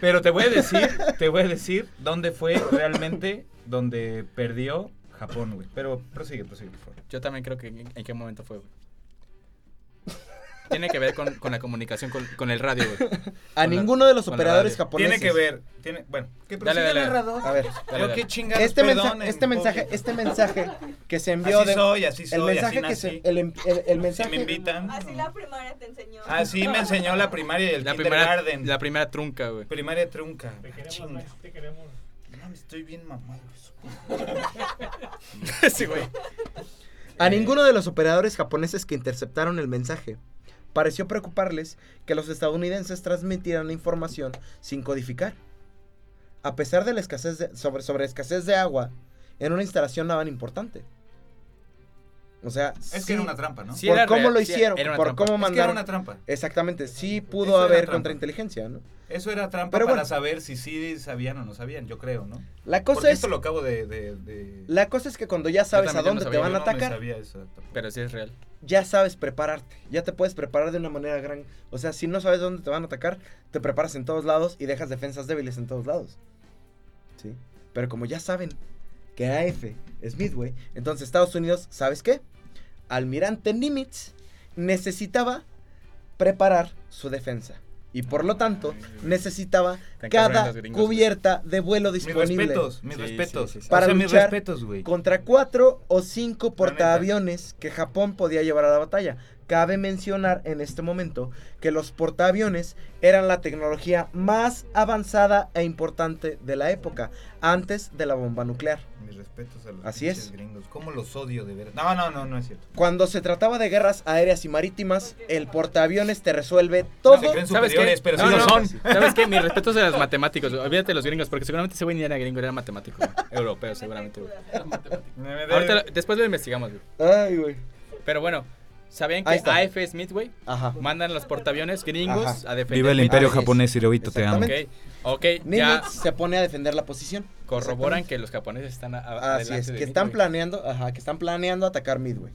B: Pero te voy a decir, te voy a decir dónde fue realmente donde perdió Japón, güey. Pero prosigue, prosigue, por favor.
C: Yo también creo que en, en qué momento fue, güey. Tiene que ver con, con la comunicación, con, con el radio, güey.
A: A
C: con la-
A: ninguno de los
C: con la
A: operadores
C: radio.
A: japoneses.
B: Tiene que ver, tiene, bueno, que prosiga
C: Dale, dale.
B: el narrador.
A: A ver,
C: Dale,
B: Yo qué
C: dale.
B: chingados,
A: este, mensa-
B: perdonen,
A: este mensaje,
B: público.
A: este mensaje que se envió
B: Así
A: de
B: soy, así soy,
A: el mensaje
B: así
A: que
B: nací.
A: se el, em- el- el mensaje
B: Si me invitan.
D: Ah,
E: Así la primaria te enseñó.
B: Así me enseñó la primaria y el
C: La primera,
B: kindergarten.
C: la primera trunca, güey.
B: primaria trunca.
D: Te
B: Ah,
D: queremos,
B: chinga.
D: Max, te queremos.
B: No, me estoy bien mamado.
C: sí, güey.
A: A ninguno de los operadores japoneses que interceptaron el mensaje pareció preocuparles que los estadounidenses transmitieran la información sin codificar. A pesar de la escasez de- sobre, sobre escasez de agua, en una instalación nada importante. O sea,
B: Es
A: sí-
B: que era una trampa, ¿no?
C: Sí,
A: por
C: era
A: cómo
C: real,
A: lo
C: sí,
A: hicieron,
C: era una
A: por
C: trampa.
A: cómo
B: Es que era
A: mandaron.
B: una trampa.
A: Exactamente, sí
B: Eso
A: pudo
B: era
A: haber
B: trampa.
A: contrainteligencia, ¿no?
B: Eso era trampa
A: Pero
B: para
A: bueno.
B: saber si sí sabían o no sabían, yo creo, ¿no?
A: La
B: Porque
A: cosa es
B: esto lo acabo de... de, de-
A: la cosa es que cuando ya sabes a
C: también, yo
A: dónde
C: no
A: te
C: sabía,
A: van
B: no
A: a
B: me
A: atacar,
B: sabía eso tampoco.
C: Pero sí es real.
A: ya sabes prepararte, ya te puedes preparar de una manera gran. O sea, si no sabes dónde te van a atacar, te preparas en todos lados y dejas defensas débiles en todos lados. ¿Sí? Pero como ya saben que AF es Midway, entonces Estados Unidos, ¿sabes qué? Almirante Nimitz necesitaba preparar su defensa. Y por lo tanto, necesitaba
C: Están cabrones
A: cada
C: los gringos, güey.
A: cubierta de vuelo
B: Mis
A: disponible
B: respetos, mis
C: Sí,
B: respetos.
C: sí, sí, sí.
A: Para
B: o sea, mis
A: luchar
B: respetos, güey.
A: contra cuatro o cinco
B: La neta.
A: portaaviones que Japón podía llevar a la batalla. Cabe mencionar en este momento que los portaaviones eran la tecnología más avanzada e importante de la época, antes de la bomba nuclear.
B: Mis respetos a los
A: Así
B: pinches
A: es.
B: gringos. ¿Cómo los odio de verdad? No, no, no, no es cierto.
A: Cuando se trataba de guerras aéreas y marítimas, el portaaviones te resuelve todo.
B: se creen
C: ¿Sabes
B: superiores,
C: qué?
B: pero
C: No,
B: sí lo
C: no.
B: son.
C: ¿Sabes qué? Mis respetos a los matemáticos. güey. Olvídate de los gringos, porque seguramente ese güey ni era gringo, era matemático. güey. Europeo, seguramente, güey. Ahorita, lo- después lo investigamos, güey.
A: Ay, güey.
C: Pero bueno, ¿sabían
A: Ahí
C: que
A: está.
C: AF Smithway
A: Ajá.
C: mandan los portaaviones gringos
A: Ajá.
C: a defender?
B: Viva el
C: Midway?
B: imperio
A: Así es.
B: japonés, Hirohito, te amo.
A: Exactamente.
C: Ok, ok, ya
A: Nimitz se pone a defender la posición.
C: corroboran que los japoneses están a- a-
A: Así es,
C: adelante de
A: que están
C: Midway.
A: planeando, ajá, que están planeando atacar Midway.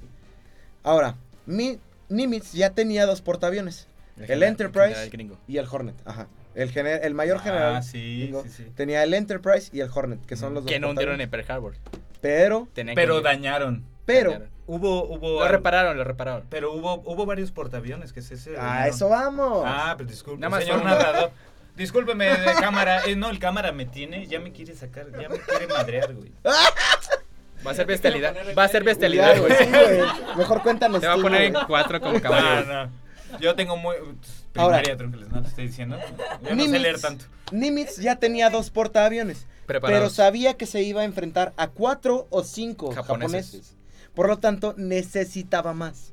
A: Ahora, Mi- Nimitz ya tenía dos portaaviones. El
C: general-
A: Enterprise.
C: general gringo.
A: y el Hornet, ajá. El, gener- el mayor general
B: Ah, sí,
A: gringo
B: sí, sí.
A: tenía el Enterprise y el Hornet, que son los dos.
C: Que no hundieron
A: portaaviones.
C: en Pearl Harbor.
A: Pero,
C: Tenían que
B: Pero
C: hundir.
B: dañaron.
A: pero,
C: Dañaron.
B: Hubo, hubo...
C: Lo repararon, lo repararon.
B: Pero hubo, hubo varios portaaviones que se... se
A: a
B: dañaron.
A: eso vamos.
B: Ah, pero disculpe,
C: Nada más
B: señor
C: uno.
B: narrador. Discúlpeme, de cámara. Eh, no, el cámara me tiene, ya me quiere sacar, ya me quiere madrear, güey.
C: Va a ser bestialidad.
D: poner el
C: Va a ser
D: medio.
A: Ya,
C: bestialidad,
A: güey,
C: güey.
A: sí, güey. Mejor cuéntanos
C: Te va a
A: tú,
C: poner en
A: güey.
C: cuatro como
B: No,
C: caballo.
B: Ah, no. Yo tengo muy... pues,
A: Ahora.
B: Primaria, trunqueles, no te estoy diciendo. Yo no sé
A: Nimitz.
B: leer tanto.
A: Nimitz ya tenía dos portaaviones, pero
C: Preparados.
A: sabía que se iba a enfrentar a cuatro o cinco
C: Japoneses.
A: japoneses. Por lo tanto, necesitaba más.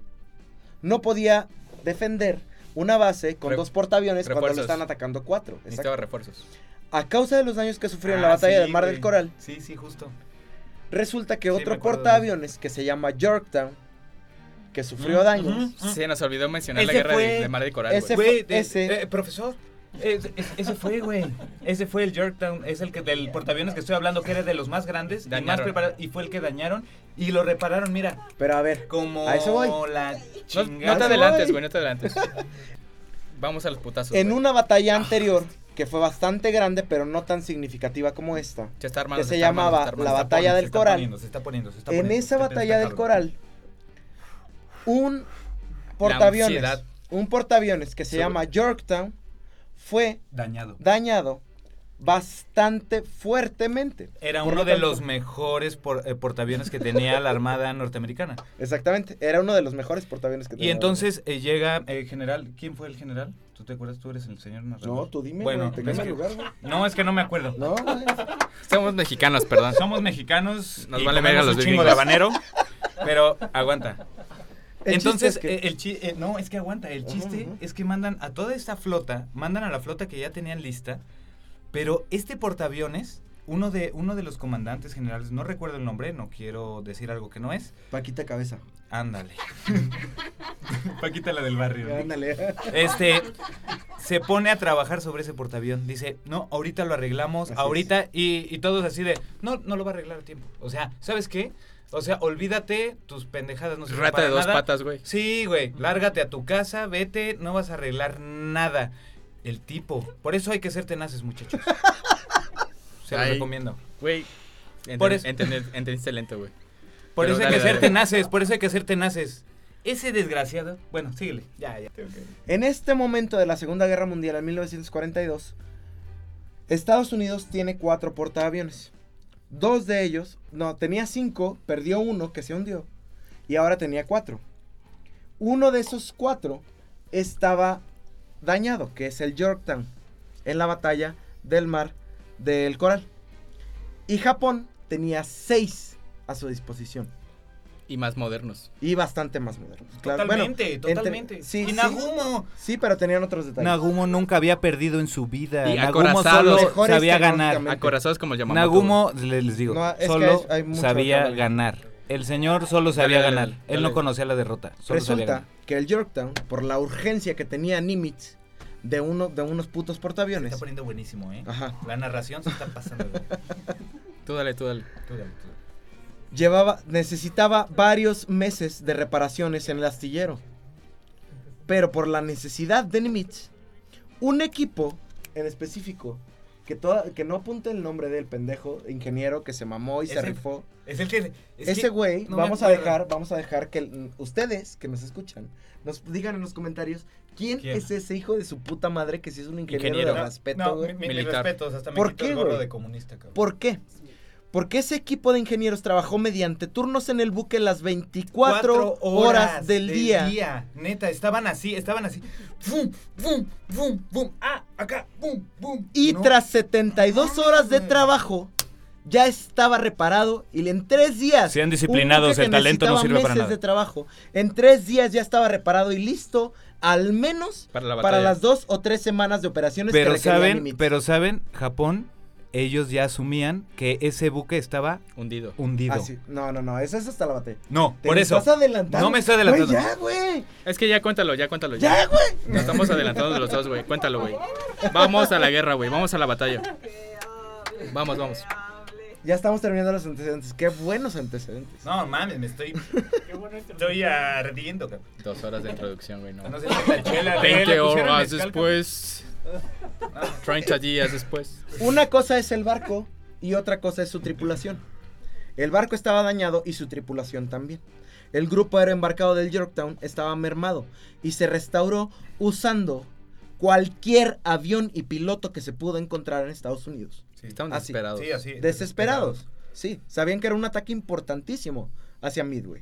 A: No podía defender una base con
C: Re-
A: dos portaaviones cuando
C: refuerzos.
A: lo están atacando cuatro. Exacto.
C: Necesitaba refuerzos.
A: A causa de los daños que sufrió en
B: Ah,
A: la batalla
B: sí,
A: del Mar
B: güey.
A: del Coral,
B: Sí, sí, justo.
A: Resulta que
B: Sí, me
A: otro
B: acuerdo de-
A: portaaviones que se llama Yorktown, que sufrió
B: Mm,
A: daños,
B: ujú.
C: Se nos olvidó mencionar la
B: Ese
C: guerra
B: fue-
C: de, de Mar de Coral,
A: Ah. ese
C: güey.
B: Güey,
A: fue-
B: de-
A: ese-
B: eh, profesor. es- es- ese fue, güey. Ese fue el Yorktown. Es el que del portaaviones que estoy hablando, que era de los más grandes y más
C: Dañaron.
B: preparados. Y fue el que dañaron y lo repararon. Mira,
A: pero a ver,
B: como
A: A eso voy.
B: la
C: No,
B: chingada.
C: no te adelantes,
A: Ay.
C: güey, no te adelantes. Vamos a los putazos.
A: en
C: güey.
A: una batalla anterior que fue bastante grande pero no tan significativa como esta,
C: Se está armando,
A: que
C: se
A: se
C: está armando,
A: llamaba
C: se está armando,
A: la
C: se está
A: batalla
B: Se
A: del
B: está
A: coral.
B: poniendo, se está poniendo, se está
A: en
B: poniendo,
A: esa
B: está- está
A: batalla del
B: cabrón.
A: coral, un portaaviones,
C: ansiedad.
A: un portaaviones que se
C: Sobre-
A: llama Yorktown fue
B: Dañado.
A: dañado bastante fuertemente.
B: Era
A: Por
B: uno
A: lo
B: de
A: tanto-
B: los mejores por- eh, portaaviones que tenía la Armada Norteamericana.
A: Exactamente, era uno de los mejores portaaviones que
B: Y
A: tenía.
B: entonces eh, llega el general. ¿Quién fue el general? ¿Tú te acuerdas? Tú eres el señor narrador.
A: No, tú dime,
B: Bueno,
A: bueno, te
B: es
A: quema
B: que-
A: el lugar, güey.
B: No, es que no me acuerdo.
A: No, güey.
C: Somos mexicanos, perdón.
B: Somos mexicanos.
C: Nos
B: y
C: vale
B: comemos
C: verga
B: un
C: los
B: chingo
C: gringos.
B: de habanero. Pero aguanta.
A: El chiste
B: Entonces,
A: es que-
B: eh, el chiste. no, es que aguanta. El
A: Ajá,
B: chiste
A: ajá.
B: es que mandan a toda esta flota. Mandan a la flota que ya tenían lista. Pero este portaaviones. Uno de, uno de los comandantes generales, no recuerdo el nombre, no quiero decir algo que no es.
A: Paquita Cabeza.
B: Ándale. Paquita la del barrio. ¿no?
A: Ándale.
B: Este se pone a trabajar sobre ese portaavión. Dice, no, ahorita lo arreglamos,
A: Así
B: ahorita. Y, y todos así de, no, no lo va a arreglar a tiempo. O sea, ¿sabes qué? O sea, olvídate, tus pendejadas no se
C: Rata de dos patas, güey.
B: Sí, güey, lárgate a tu casa, vete, no vas a arreglar nada. El tipo. Por eso hay que ser tenaces, muchachos. Se lo
C: Ay.
B: recomiendo.
C: Güey. enten-
B: Por eso-
C: entender- Entendiste lento, güey.
B: Por
C: Pero
B: eso hay
C: dale,
B: que ser
C: dale.
B: tenaces, por eso hay que ser tenaces. Ese desgraciado. Bueno, síguele. Ya, ya.
A: En este momento de la Segunda Guerra Mundial, en 1942, Estados Unidos tiene cuatro portaaviones. Dos de ellos, no, tenía cinco, perdió uno que se hundió. Y ahora tenía cuatro. Uno de esos cuatro estaba dañado, que es el Yorktown, en la batalla del mar del Coral. Y Japón tenía seis a su disposición.
C: Y más modernos.
A: Y bastante más modernos. Claro, bueno,
B: Totalmente,
A: entre-
B: totalmente.
A: sí,
B: y
A: sí.
B: Nagumo.
A: Sí, pero tenían otros detalles.
B: Nagumo nunca había perdido en su vida.
C: Y
B: Nagumo
C: acorazado. Ah,
B: solo
A: Mejores
B: sabía ganar.
A: tecnológicamente.
C: Acorazados como llamamos.
B: Nagumo, le- les digo,
A: No, es que
B: solo
A: hay- hay mucho de
B: sabía
A: todo.
B: ganar. El señor solo
C: Dale,
B: sabía
C: dale,
B: ganar.
C: dale,
B: Él
C: dale.
B: no conocía la derrota. Solo sabía
A: Resulta
B: ganar.
A: que el Yorktown, por la urgencia que tenía Nimitz de uno de unos putos portaaviones.
B: poniendo buenísimo, ¿eh?
A: Ajá.
B: La narración se está pasando.
C: Tú dale, tú dale.
A: Llevaba necesitaba varios meses de reparaciones en el astillero. Pero por la necesidad de Nimitz, un equipo en específico que toda- que no apunte el nombre del pendejo ingeniero que se mamó y se
B: Ese-
A: rifó.
B: Es el que.
A: Ese güey,
B: no me
A: vamos a
B: acuerdo.
A: dejar, vamos a dejar que el- ustedes que nos escuchan nos digan en los comentarios quién,
B: ¿Quién?
A: es ese hijo de su puta madre que si es un ingeniero, de
C: Ingeniero.
A: respeto, güey.
C: Militar.
B: hasta
A: ¿Por qué, güey?
B: comunista, cabrón.
A: ¿Por qué? Porque ese equipo de ingenieros trabajó mediante turnos en el buque las 24 horas, del, día.
B: Neta, estaban así, estaban así. ¡Fum, fum, fum, fum! ¡Ah, acá! ¡Bum, bum!
A: Y
B: No.
A: tras 72 horas de
B: Mames.
A: trabajo, ya estaba reparado y en tres días...
B: Sean
A: un
B: disciplinados,
A: buque
B: el
A: que
B: talento no
A: necesitaba
B: sirve para
A: meses
B: nada.
A: de trabajo, en tres días ya estaba reparado y listo, al menos
C: Para la batalla.
A: para las dos o tres semanas de operaciones que
B: Pero
A: requería
B: saben,
A: Nimitz.
B: pero saben, Japón, ellos ya asumían que ese buque estaba
C: Hundido.
B: hundido.
A: Ah, sí. No, no, no, eso es hasta la batalla.
B: No,
A: Te
B: por
A: me
B: eso.
A: Estás adelantando.
B: No me estoy adelantando.
A: Güey, ya, güey.
C: Es que ya cuéntalo, ya cuéntalo.
A: Ya, güey.
C: Nos estamos adelantando los dos, güey. Cuéntalo, güey. Vamos a la guerra, güey. Vamos a la batalla. Vamos, vamos.
A: Ya estamos terminando los antecedentes. Qué buenos antecedentes.
B: No mames, me estoy,
D: Qué buena introducción.
B: estoy ardiendo, cabrón.
C: Dos horas de introducción, güey. No.
B: No sé si la chela, le- le
C: 20
B: pusieron
C: horas
B: mezcal,
C: oh, después. 30 días después.
A: Una cosa es el barco y otra cosa es su tripulación. El barco estaba dañado y su tripulación también. El grupo aéreo embarcado del Yorktown estaba mermado y se restauró usando cualquier avión y piloto que se pudo encontrar en Estados Unidos.
B: Sí,
C: Estaban
A: Así.
C: desesperados.
B: Ah, sí, así,
A: Desesperados. Sí, sabían que era un ataque importantísimo hacia Midway.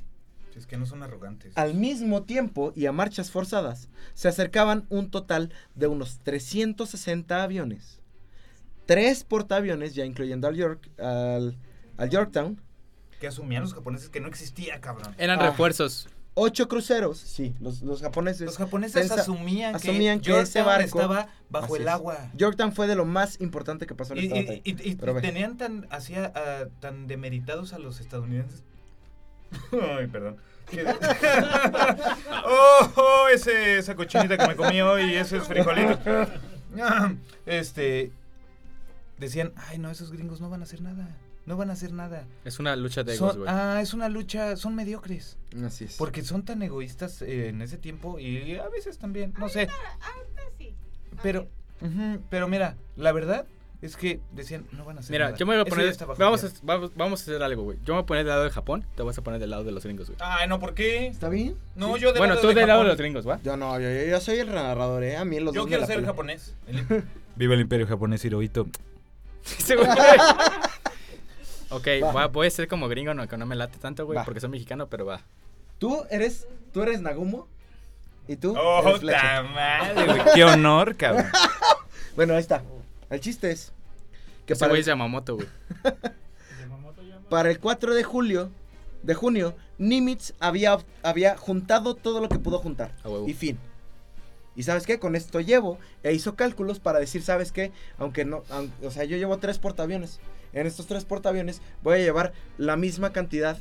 B: Sí, Es que no son arrogantes.
A: Al mismo tiempo y a marchas forzadas, se acercaban un total de unos 360 aviones. Tres portaaviones, ya incluyendo al, York, al, al Yorktown.
B: Que asumían los japoneses que no existía, cabrón.
C: Eran
A: Ah.
C: refuerzos.
A: ocho cruceros. Sí, los, los japoneses.
B: Los japoneses
A: pensa-
B: asumían,
A: asumían
B: que,
A: que ese
B: Georgetown
A: barco-
B: estaba bajo
A: Así
B: el
A: es.
B: agua.
A: Yorktown fue de lo más importante que pasó en
B: Y,
A: esta
B: y-
A: batalla.
B: y- y-
A: Pero
B: y
A: ve.
B: tenían tan, hacía, ah, tan demeritados a los estadounidenses. Ay, perdón. Que- oh, oh, ese, esa cochinita que me comí hoy, esos frijolitos. Ah, Este, decían, ay, no, esos gringos no van a hacer nada. No van a hacer nada.
C: Es una lucha de
B: Son-
C: egos, güey.
B: ah, es una lucha, son mediocres.
A: Así es.
B: Porque son tan egoístas eh, en ese tiempo y a veces también, no sé.
E: Ahorita sí. A
B: Pero,
E: ver,
B: ujú, pero mira, la verdad es que decían, no van a hacer
C: Mira,
B: nada.
C: yo me voy a
B: Eso ya
C: poner.
B: está bajo
C: Vamos a,
B: tierra.
C: vamos, vamos a hacer algo, güey. Yo me voy a poner del lado de Japón, te vas a poner del lado de los gringos, güey.
B: Ay, no, ¿por qué?
A: ¿Está bien?
B: No, Ah, yo del
C: bueno,
B: lado
C: tú
B: de
C: del lado de
B: Japón.
C: los gringos, ¿va?
A: Yo no, yo, yo- yo soy el narrador, ¿eh? A mí los
B: Yo
A: dos me
B: quiero
A: la
B: ser
A: pelan.
B: japonés. Viva el imperio japonés Hirohito.
C: Sí, güey. ok,
A: Va.
C: va, voy a ser como gringo, no, que no me late tanto, güey,
A: Va.
C: porque soy mexicano, pero va.
A: Tú eres, tú eres Nagumo y tú
B: Oh,
A: eres Flecha.
B: ta madre, güey. Qué honor, cabrón.
A: Bueno, ahí está. El chiste es que
C: Ese
A: para
C: güey
A: el,
C: es Yamamoto, güey.
D: Yamamoto llama.
A: para el 4 de julio, de junio, Nimitz había, había juntado todo lo que pudo juntar.
C: A huevo.
A: Y fin. Y sabes qué, con esto llevo e hizo cálculos para decir, ¿sabes qué? Aunque no, aun- o sea, yo llevo tres portaaviones. En estos tres portaaviones voy a llevar la misma cantidad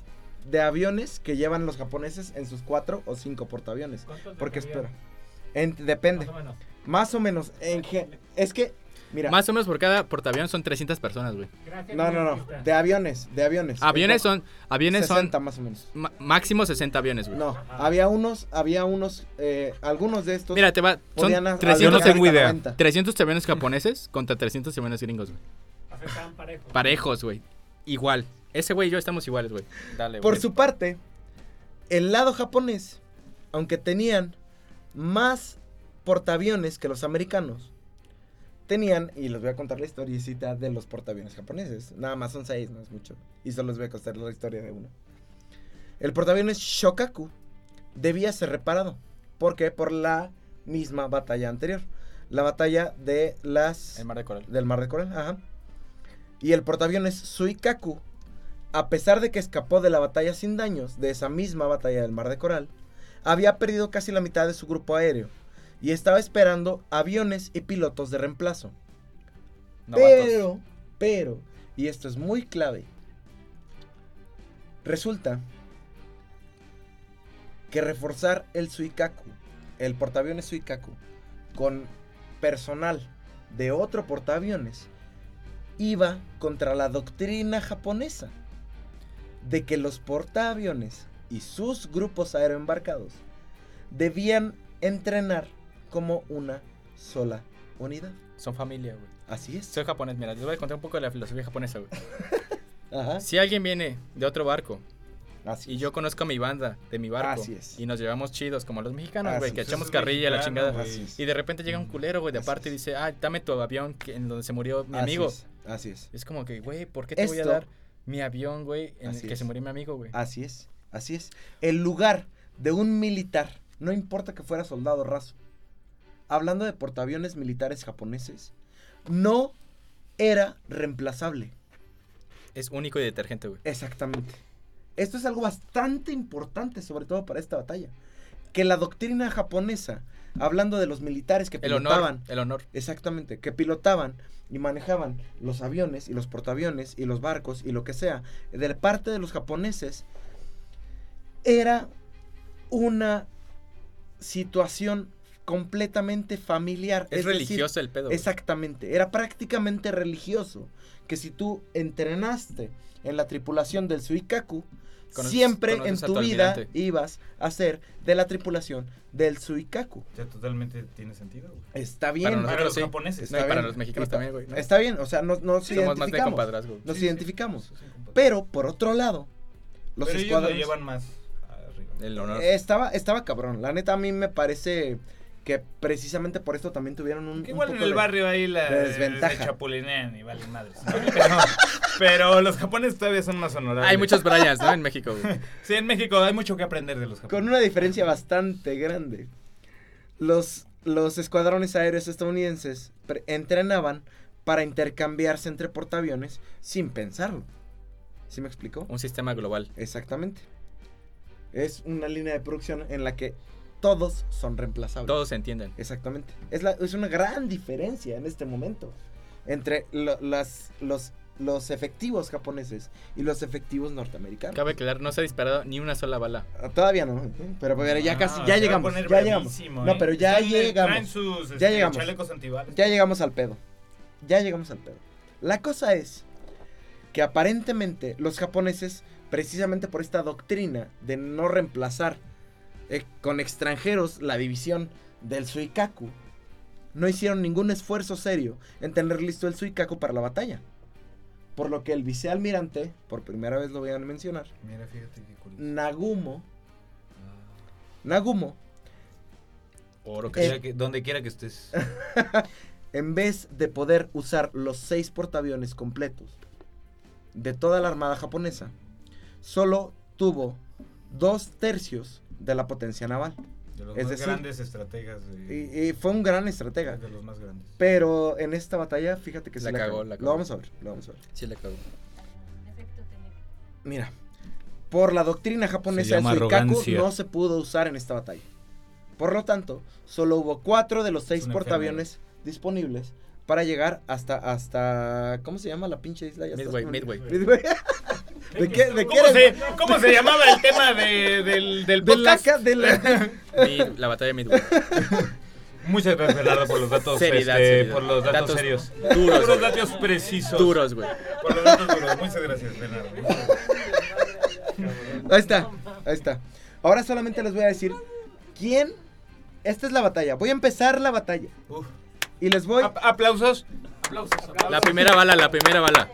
A: de aviones que llevan los japoneses en sus cuatro o cinco portaaviones.
D: ¿Cuántos
A: Porque
D: te cabían?
A: espera. En- depende.
D: Más o menos.
A: Más o menos. En ge- es que, mira.
C: Más o menos por cada portaavión son 300 personas, güey.
D: Gracias,
A: no, no, no.
D: periodista.
A: De aviones, de aviones.
C: Aviones son. Aviones
A: 60
C: son.
A: más o menos.
C: ma- máximo 60 aviones, güey.
A: No, había unos, había unos, eh, algunos de estos.
C: Mira, te va. Son
A: podían a-
C: 300,
B: Yo no tengo
A: alcanzar
B: idea.
A: 90.
C: 300 aviones japoneses contra 300 aviones gringos, güey.
D: Afectaban parejo.
C: Parejos, güey. Igual. Ese güey y yo estamos iguales, güey. Dale,
A: Por su parte, el lado japonés, aunque tenían más portaaviones que los americanos, tenían, y les voy a contar la historicita de los portaaviones japoneses. Nada más son seis, no es mucho. Y solo les voy a contar la historia de uno. El portaaviones Shokaku debía ser reparado. porque Por la misma batalla anterior. La batalla de las...
C: El mar de coral.
A: Del mar de coral, ajá. Y el portaaviones Suikaku, a pesar de que escapó de la batalla sin daños, de esa misma batalla del mar de coral, había perdido casi la mitad de su grupo aéreo y estaba esperando aviones y pilotos de reemplazo. Pero, pero, y esto es muy clave, resulta que reforzar el Suikaku, el portaaviones Suikaku, con personal de otro portaaviones, iba contra la doctrina japonesa de que los portaaviones y sus grupos aeroembarcados debían entrenar como una sola unidad.
C: Son familia, güey.
A: Así es.
C: Soy japonés, mira, les voy a contar un poco de la filosofía japonesa, güey.
A: Ajá.
C: Si alguien viene de otro barco
A: Así
C: y yo conozco a mi banda de mi barco
A: Así es. Ah,
C: y nos llevamos chidos como los mexicanos,
A: Así
C: güey, que
A: es.
C: echamos carrilla a la chingada.
A: güey. Así es.
C: Y de repente llega un culero, güey, de
A: Así
C: aparte y
A: es.
C: dice, ah, dame tu avión que- en donde se murió mi
A: Así
C: amigo.
A: es, Así es.
C: Es como que, güey, ¿por qué te voy a
A: Esto-
C: dar mi avión, güey, en el
A: Así
C: que
A: es.
C: se murió mi amigo, güey?
A: Así es. Así es. El lugar de un militar, no importa que fuera soldado raso, hablando de portaaviones militares japoneses, no era reemplazable.
C: Es único y detergente, güey.
A: Exactamente. Esto es algo bastante importante, sobre todo para esta batalla. Que la doctrina japonesa, hablando de los militares que
C: El honor,
A: pilotaban
C: el honor.
A: Exactamente, que pilotaban y manejaban los aviones y los portaaviones y los barcos y lo que sea de parte de los japoneses era una situación completamente familiar. decir,
C: Es, religioso el pedo. güey.
A: Exactamente, era prácticamente religioso que si tú entrenaste en la tripulación del Suikaku,
C: Conoces-
A: siempre en
C: conoces a
A: tu
C: tu
A: vida
C: almirante.
A: ibas a ser de la tripulación del Suikaku.
B: Ya totalmente tiene sentido, güey.
A: Está bien.
C: Para
B: Para
C: nosotros
B: los
C: sí.
B: japoneses.
C: No, y
A: Está
C: para
A: bien.
C: los mexicanos
A: Está-
C: también, güey. ¿no?
A: Está bien, o sea, no, no nos
C: Somos más de
A: identificamos.
C: compadrazgo.
A: nos
B: Sí, sí,
A: identificamos.
B: sí, sí, compadre.
A: Pero, por otro lado, los
B: Pero ellos lo
A: escuadrones.
B: llevan más arriba.
C: El honor.
A: Eh, estaba, estaba cabrón. La neta, a mí me parece que precisamente por esto también tuvieron un.
B: Que
A: un
B: igual en
A: poco
B: el
A: de-
B: barrio ahí la
A: de desventaja.
B: se chapulinean y valen madres. Pero, pero los japoneses todavía son más honorables.
C: Hay muchos Bryans, ¿no? En México, güey.
B: Sí, en México hay mucho que aprender de los japoneses.
A: Con una diferencia bastante grande. Los, los escuadrones aéreos estadounidenses pre- entrenaban para intercambiarse entre portaaviones sin pensarlo. ¿Sí me explicó?
C: Un sistema global.
A: Exactamente. Es una línea de producción en la que todos son reemplazables.
C: Todos se entienden.
A: Exactamente. Es, la- es una gran diferencia en este momento entre lo- las, los, los efectivos japoneses y los efectivos norteamericanos.
C: Cabe aclarar, no se ha disparado ni una sola bala.
A: Ah, Todavía no, ¿eh? pero, pero ya
B: Ah,
A: casi,
B: se va
A: ya
B: a
A: llegamos,
B: poner
A: ya llegamos.
B: bravísimo,
A: No,
B: ¿eh?
A: pero ya
B: Están, eh, Traen
A: llegamos,
B: sus este,
A: Ya llegamos.
B: chalecos antibalas.
A: ya llegamos al pedo, ya llegamos al pedo. La cosa es que aparentemente los japoneses, precisamente por esta doctrina de no reemplazar eh, con extranjeros la división del Suikaku, no hicieron ningún esfuerzo serio en tener listo el Suikaku para la batalla. Por lo que el vicealmirante, por primera vez lo voy a mencionar,
B: Mira, fíjate qué curioso.
A: Nagumo, Mm. Nagumo
C: Oro que
B: Quiera
A: Eh,
B: que- donde quiera que estés.
A: en vez de poder usar los seis portaaviones completos de toda la armada japonesa, solo tuvo dos tercios de la potencia naval.
B: De los
A: Es
B: más
A: decir,
B: grandes estrategas. De,
A: Y, y fue un gran estratega.
B: de los más grandes.
A: Pero en esta batalla, fíjate que se
C: La
A: la
C: cagó,
A: cagó.
C: la
A: Lo
C: cagó.
A: vamos a ver, lo vamos a ver.
C: Sí le cago.
E: Efecto técnico.
A: Mira, por la doctrina japonesa, el
B: llama
A: Suikaku
B: arrogancia.
A: no se pudo usar en esta batalla. Por lo tanto, solo hubo cuatro de los seis
B: una
A: portaaviones disponibles para llegar hasta, hasta, ¿cómo se llama la pinche isla? Ya estás
C: Midway,
A: con-
C: Midway.
A: Midway. ¿De qué- de qué
B: ¿Cómo se,
A: eres?
B: cómo se llamaba el tema de- del, del
A: De la
B: podcast?
A: ca- de la-
C: Mid- la batalla de Midway.
B: Muchas gracias, Bernardo, por los datos,
C: Seriedad,
B: este,
C: seriedad.
B: por los datos, serios.
C: Duros,
B: Por los
C: güey.
B: datos precisos.
C: Duros, güey.
B: Por los datos duros. Muchas gracias, Bernardo.
A: Ahí está, ahí está. Ahora solamente les voy a decir quién. Esta es la batalla. Voy a empezar la batalla.
B: Uf.
A: Y les voy.
B: Ap- aplausos.
C: La primera bala, la primera bala.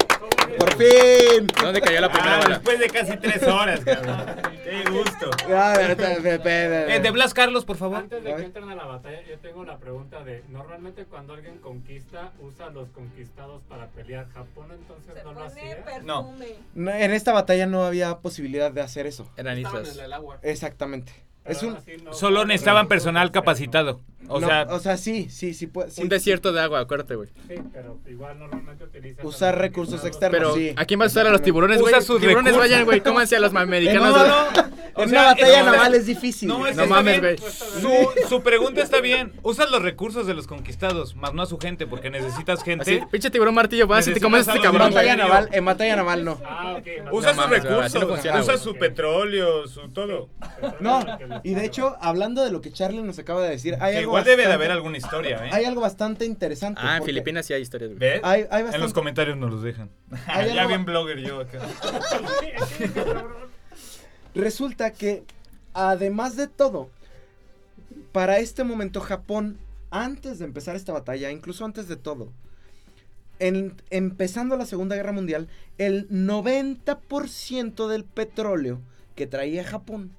A: ¡Por fin!
C: ¿Dónde cayó la primera
B: Ah,
C: bala?
B: después de casi tres horas, cabrón. Qué gusto.
A: Ah, pero, pero, pero, pero.
B: Eh, de Blas Carlos, por favor.
D: Antes de
A: A ver.
D: que entren a la batalla, yo tengo la pregunta de, normalmente cuando alguien conquista, usa a los conquistados para pelear. Japón entonces
E: Se
D: no lo
E: pone
D: hacía.
E: perfume.
B: No.
A: No, en esta batalla no había posibilidad de hacer eso.
C: Eran
F: Estaban
C: islas.
F: en el agua.
A: Exactamente.
D: Pero
A: Es
D: aún
A: un.
D: así no-
B: Solo necesitaban personal capacitado. O
A: no,
B: sea,
A: o sea, sí, sí, sí. puede- sí.
C: Un desierto de agua, acuérdate, güey.
D: Sí, pero igual normalmente utilizan...
A: Usar recursos externos.
C: Pero,
A: sí.
C: ¿a quién vas a usar a los tiburones, güey?
B: Usa sus
C: tiburones
B: recursos.
C: vayan, güey. Cómanse a los
A: No,
C: americanos. güey.
A: no,
B: o
A: En
B: sea,
A: una batalla
B: es-
A: naval es difícil.
B: No, es
C: No
B: está
C: mames,
B: bien.
C: güey.
B: Su, su pregunta está bien. Usas los recursos de los conquistados, más no a su gente, porque necesitas
C: Así,
B: gente.
C: pinche tiburón martillo, vas y te comes a este
A: En
C: cabrón, güey.
A: batalla naval, en batalla naval no.
D: Ah, ok.
B: Usa
C: No
B: sus
C: mames, güey, así
B: recursos,
C: no funciona,
B: usa
C: güey.
B: su petróleo, su todo.
A: No, y de hecho, hablando de lo que Charlie nos acaba de decir, hay
B: Que
A: algo
B: igual debe de
A: bastante-
B: haber alguna historia, ¿eh?
A: Hay algo bastante interesante.
C: Ah, en
A: porque
C: Filipinas sí hay historias, güey.
B: ¿Ves?
A: Hay, hay
B: En los
A: bastante,
B: comentarios nos los dejan.
A: Hay
B: ya
A: algo-
B: bien blogger yo acá.
A: resulta que, además de todo, para este momento Japón, antes de empezar esta batalla, incluso antes de todo, en- empezando la Segunda Guerra Mundial, el 90% del petróleo que traía Japón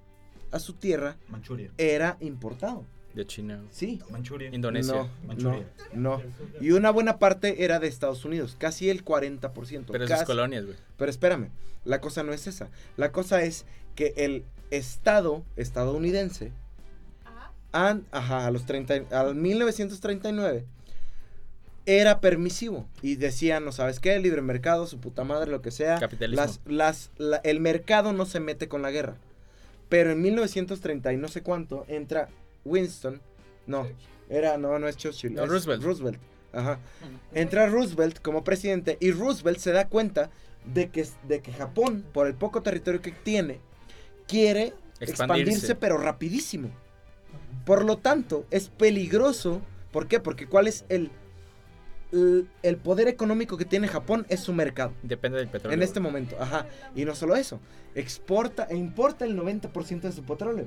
A: a su tierra
B: Manchuria.
A: era importado.
C: De China, güey.
A: Sí.
B: Manchuria.
C: Indonesia.
A: No, no,
B: Manchuria.
A: no. Y una buena parte era de Estados Unidos, casi el 40%.
C: Pero sus
A: casi.
C: colonias, güey.
A: Pero espérame, la cosa no es esa. La cosa es que el Estado estadounidense,
E: Ajá.
A: an- ajá, a los 30, al 1939, era permisivo. Y decían, no sabes qué, libre mercado, su puta madre, lo que sea.
C: Capitalismo.
A: Las, las, la- el mercado no se mete con la guerra. Pero en 1930 y no sé cuánto entra Winston. No, era, no, no es Churchill.
C: No,
A: es
C: Roosevelt.
A: Roosevelt. Ajá. Entra Roosevelt como presidente y Roosevelt se da cuenta de que, de que Japón, por el poco territorio que tiene, quiere expandirse,
C: Expandirse.
A: pero rapidísimo. Por lo tanto, es peligroso. ¿Por qué? Porque cuál es el, el, el poder económico que tiene Japón es su mercado.
C: Depende del petróleo.
A: En este
C: güey.
A: momento, ajá. Y no solo eso, exporta e importa el 90% de su petróleo.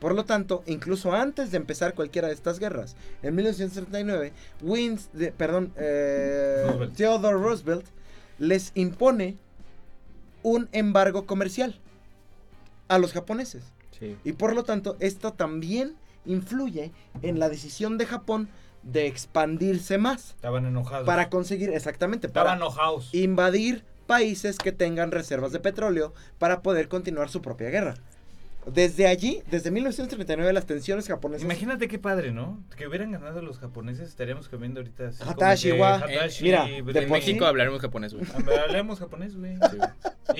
A: Por lo tanto, incluso antes de empezar cualquiera de estas guerras, en 1939, Wins, de- perdón, eh,
B: Roosevelt.
A: Theodore Roosevelt les impone un embargo comercial a los japoneses.
C: Sí.
A: Y por lo tanto, esto también influye en la decisión de Japón de expandirse más
B: Estaban enojados.
A: para conseguir exactamente para
B: Estaban enojados.
A: invadir países que tengan reservas de petróleo para poder continuar su propia guerra. Desde allí, desde 1939, las tensiones japonesas.
B: Imagínate qué padre, ¿no? Que hubieran ganado los japoneses, estaríamos comiendo ahorita. así como
A: Hatashi
B: que
A: wa-
B: Hatashi,
A: mira,
B: Bremen.
A: de
C: En
A: por sí-
C: México hablaremos japonés, güey.
B: Hablamos japonés, güey.
C: Sí, güey.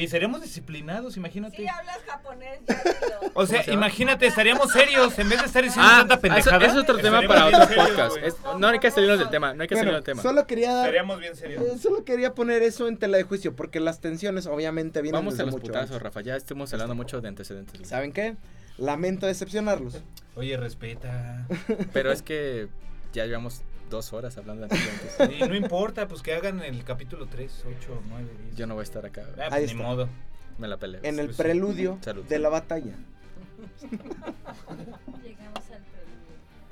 B: Y seríamos disciplinados, imagínate.
E: Si hablas japonés, ya dilo.
B: O sea,
C: ¿Cómo se llama?
B: imagínate, estaríamos serios en vez de estar diciendo
C: Ah,
B: tanta
C: eso,
B: pendejada.
C: es otro tema
B: estaríamos
C: para
B: bien
C: otro
B: serios,
C: podcast.
B: güey.
C: Es- no hay que salirnos del tema, no hay que
A: Bueno,
C: salirnos del tema.
A: solo quería dar-
B: Estaríamos bien serios.
A: eh, solo quería poner eso en tela de juicio, porque las tensiones obviamente vienen
C: Vamos a
A: desde
C: los
A: mucho
C: putazos,
A: antes.
C: Rafa. Ya estamos hablando mucho de antecedentes. güey.
A: ¿Saben qué? Lamento decepcionarlos.
B: Oye, respeta.
C: Pero es que ya llevamos dos horas hablando de antecedentes.
B: Y no importa, pues que hagan el capítulo 3, 8, 9, 10.
C: Yo no voy a estar acá. güey.
B: Ah,
A: Ahí
B: pues, ni
A: está.
B: modo.
C: Me la peleo.
A: En el
B: Pues sí.
A: preludio
C: Salud.
A: de la batalla.
E: Llegamos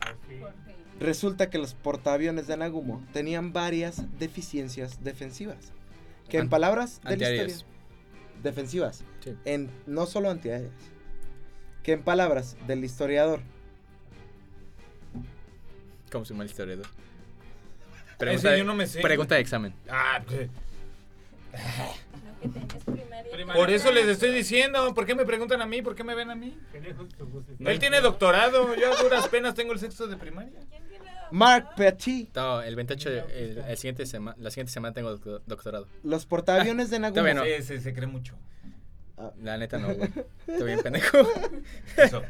E: al premio. Por fin.
A: Resulta que los portaaviones de Nagumo tenían varias deficiencias defensivas. Que en
C: An-
A: palabras de la
C: Antiaéreas.
A: historia, defensivas,
C: Sí.
A: en no solo antiaéreas, que en palabras del historiador,
C: Como soy mal historiador.
B: Pregunta
C: Pregunta,
B: Eh, yo no me sé.
C: pregunta de examen.
B: Ah, pues,
E: Lo que tenés primaria.
B: por eso les estoy diciendo, ¿por qué me preguntan a mí? ¿Por qué me ven a mí?
D: No
B: Él tiene doctorado, yo a duras penas tengo el sexto de primaria.
E: ¿Quién tiene la-
A: Mark Petit,
C: No, el 28, de-
B: pues,
C: el, el siguiente sema- la siguiente semana tengo doc- doctorado.
A: los portaaviones de Nagumo.
C: está bien,
B: Sí,
C: no.
B: sí, se cree mucho.
C: La neta no, güey. Estoy bien pendejo.
B: Eso.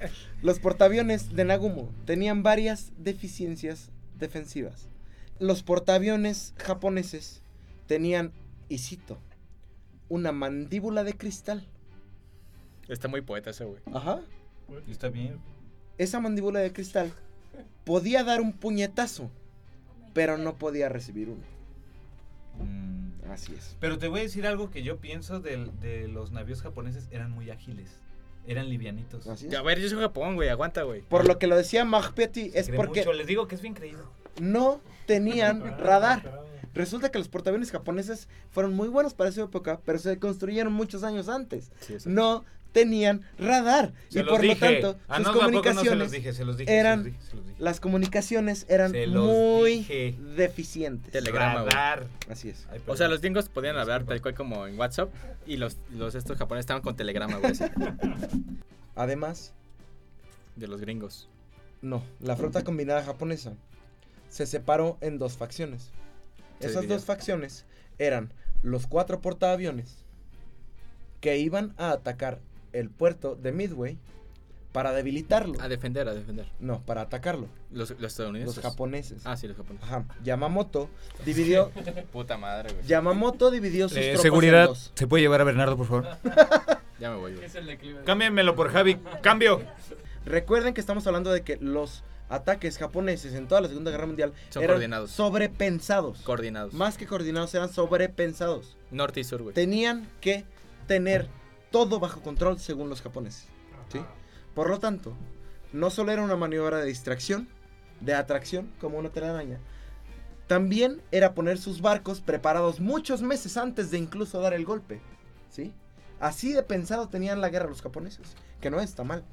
A: Los portaaviones de Nagumo tenían varias deficiencias defensivas. Los portaaviones japoneses tenían, y cito, una mandíbula de cristal.
C: Está muy poeta ese, güey.
A: Ajá.
B: Y está bien.
A: Esa mandíbula de cristal podía dar un puñetazo, pero no podía recibir uno.
B: Mm.
A: Así es.
B: Pero te voy a decir algo que yo pienso del- de, los navíos japoneses. Eran muy ágiles. Eran livianitos.
A: Así es.
C: Ya, a ver, yo soy Japón, güey. Aguanta, güey.
A: Por lo que lo decía Mahpeti
B: Se
A: es
B: cree
A: porque
B: mucho, Les digo que es bien creído.
A: no tenían radar. Resulta que los portaaviones japoneses fueron muy buenos para su época, pero se construyeron muchos años antes.
C: Sí, eso.
A: No tenían radar
B: Se
A: y
B: los
A: por
B: dije.
A: lo tanto
B: Ah,
A: sus
B: no, tampoco no se los
A: comunicaciones,
B: dije, se los dije.
A: eran
B: se los dije, se los dije.
A: las comunicaciones eran
B: Se los
A: muy
B: dije.
A: deficientes.
C: Tele- telegrama, güey.
B: Radar.
A: Así es.
B: Ay,
C: O sea,
B: perdón.
C: los gringos podían hablar
B: Disculpa.
C: tal cual como en WhatsApp y los, los estos japoneses estaban con telegrama, güey, así,
A: Además,
C: de los gringos.
A: No, la flota combinada japonesa se separó en dos facciones.
C: Se
A: Esas
C: dividió.
A: dos facciones eran los cuatro portaaviones que iban a atacar el puerto de Midway para debilitarlo.
C: A defender, a defender.
A: No, para atacarlo.
C: Los, los
A: Los
C: estadounidenses.
A: japoneses.
C: Ah, sí, los japoneses.
A: Ajá. Yamamoto dividió
C: Puta madre, güey. Ya.
A: Yamamoto dividió sus
B: Eh,
A: tropas en
B: seguridad,
A: dos.
B: ¿se puede llevar a Bernardo, por favor?
C: me voy, güey.
D: Es el declive.
B: Cámbiamelo por Javi. Cambio.
A: Recuerden que estamos hablando de que los ataques japoneses en toda la Segunda Guerra Mundial
C: Son
A: eran
C: coordinados.
A: sobrepensados.
C: Coordinados.
A: Más que coordinados eran sobrepensados.
C: Norte y sur, güey.
A: tenían que tener todo bajo control según los japoneses. ¿sí? Por lo tanto, no solo era una maniobra de distracción, de atracción, como una telaraña, también era poner sus barcos preparados muchos meses antes de incluso dar el golpe. ¿sí? Así de pensado tenían la guerra los japoneses, que no está mal.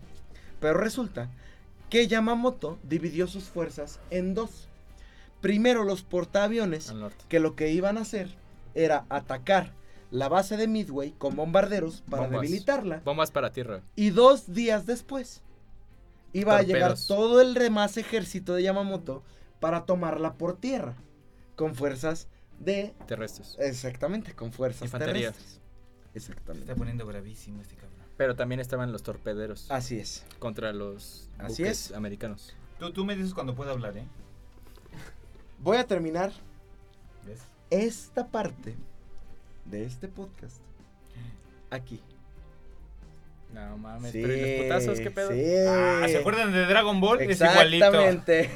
A: Pero resulta que Yamamoto dividió sus fuerzas en dos. Primero los portaaviones
C: Al norte.
A: que lo que iban a hacer era atacar la base de Midway con bombarderos para
C: Bombas.
A: debilitarla.
C: Bombas para tierra.
A: Y dos días después iba a llegar
C: Torpedos.
A: todo el demás ejército de Yamamoto para tomarla por tierra con fuerzas de
C: terrestres.
A: exactamente con fuerzas
C: Infantería.
A: terrestres.
B: Se está
A: Exactamente.
B: poniendo bravísimo este cabrón.
C: Pero también estaban los torpederos
A: Así es.
C: contra los
A: Ah. Así
C: buques
A: es.
C: americanos.
B: Tú, tú me dices cuando pueda hablar, ¿eh?
A: Voy a terminar
B: ¿Ves?
A: esta parte de este podcast aquí.
C: No mames, pero ¿y los putazos qué pedo?
A: sí.
B: Ah, ¿se acuerdan de Dragon Ball? Es igualito.
A: Exactamente.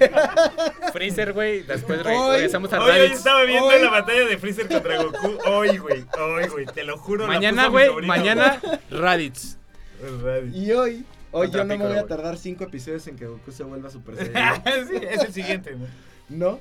C: Freezer, güey, después re-
A: Hoy-
C: regresamos a
B: Hoy, hoy
C: Raditz.
B: estaba viendo
A: Hoy-
B: la batalla de Freezer contra Goku. Hoy, güey. Hoy, güey. Te lo juro. la
C: Mañana,
B: puso mi
C: güey,
B: sobrino,
C: mañana Raditz.
B: güey. Es radio.
A: Y hoy, hoy
C: Contra
A: yo no me
C: Piccolo,
A: voy a
C: güey.
A: tardar cinco episodios en que Goku se vuelva Super Saiyan.
B: sí, es el siguiente, güey.
A: no,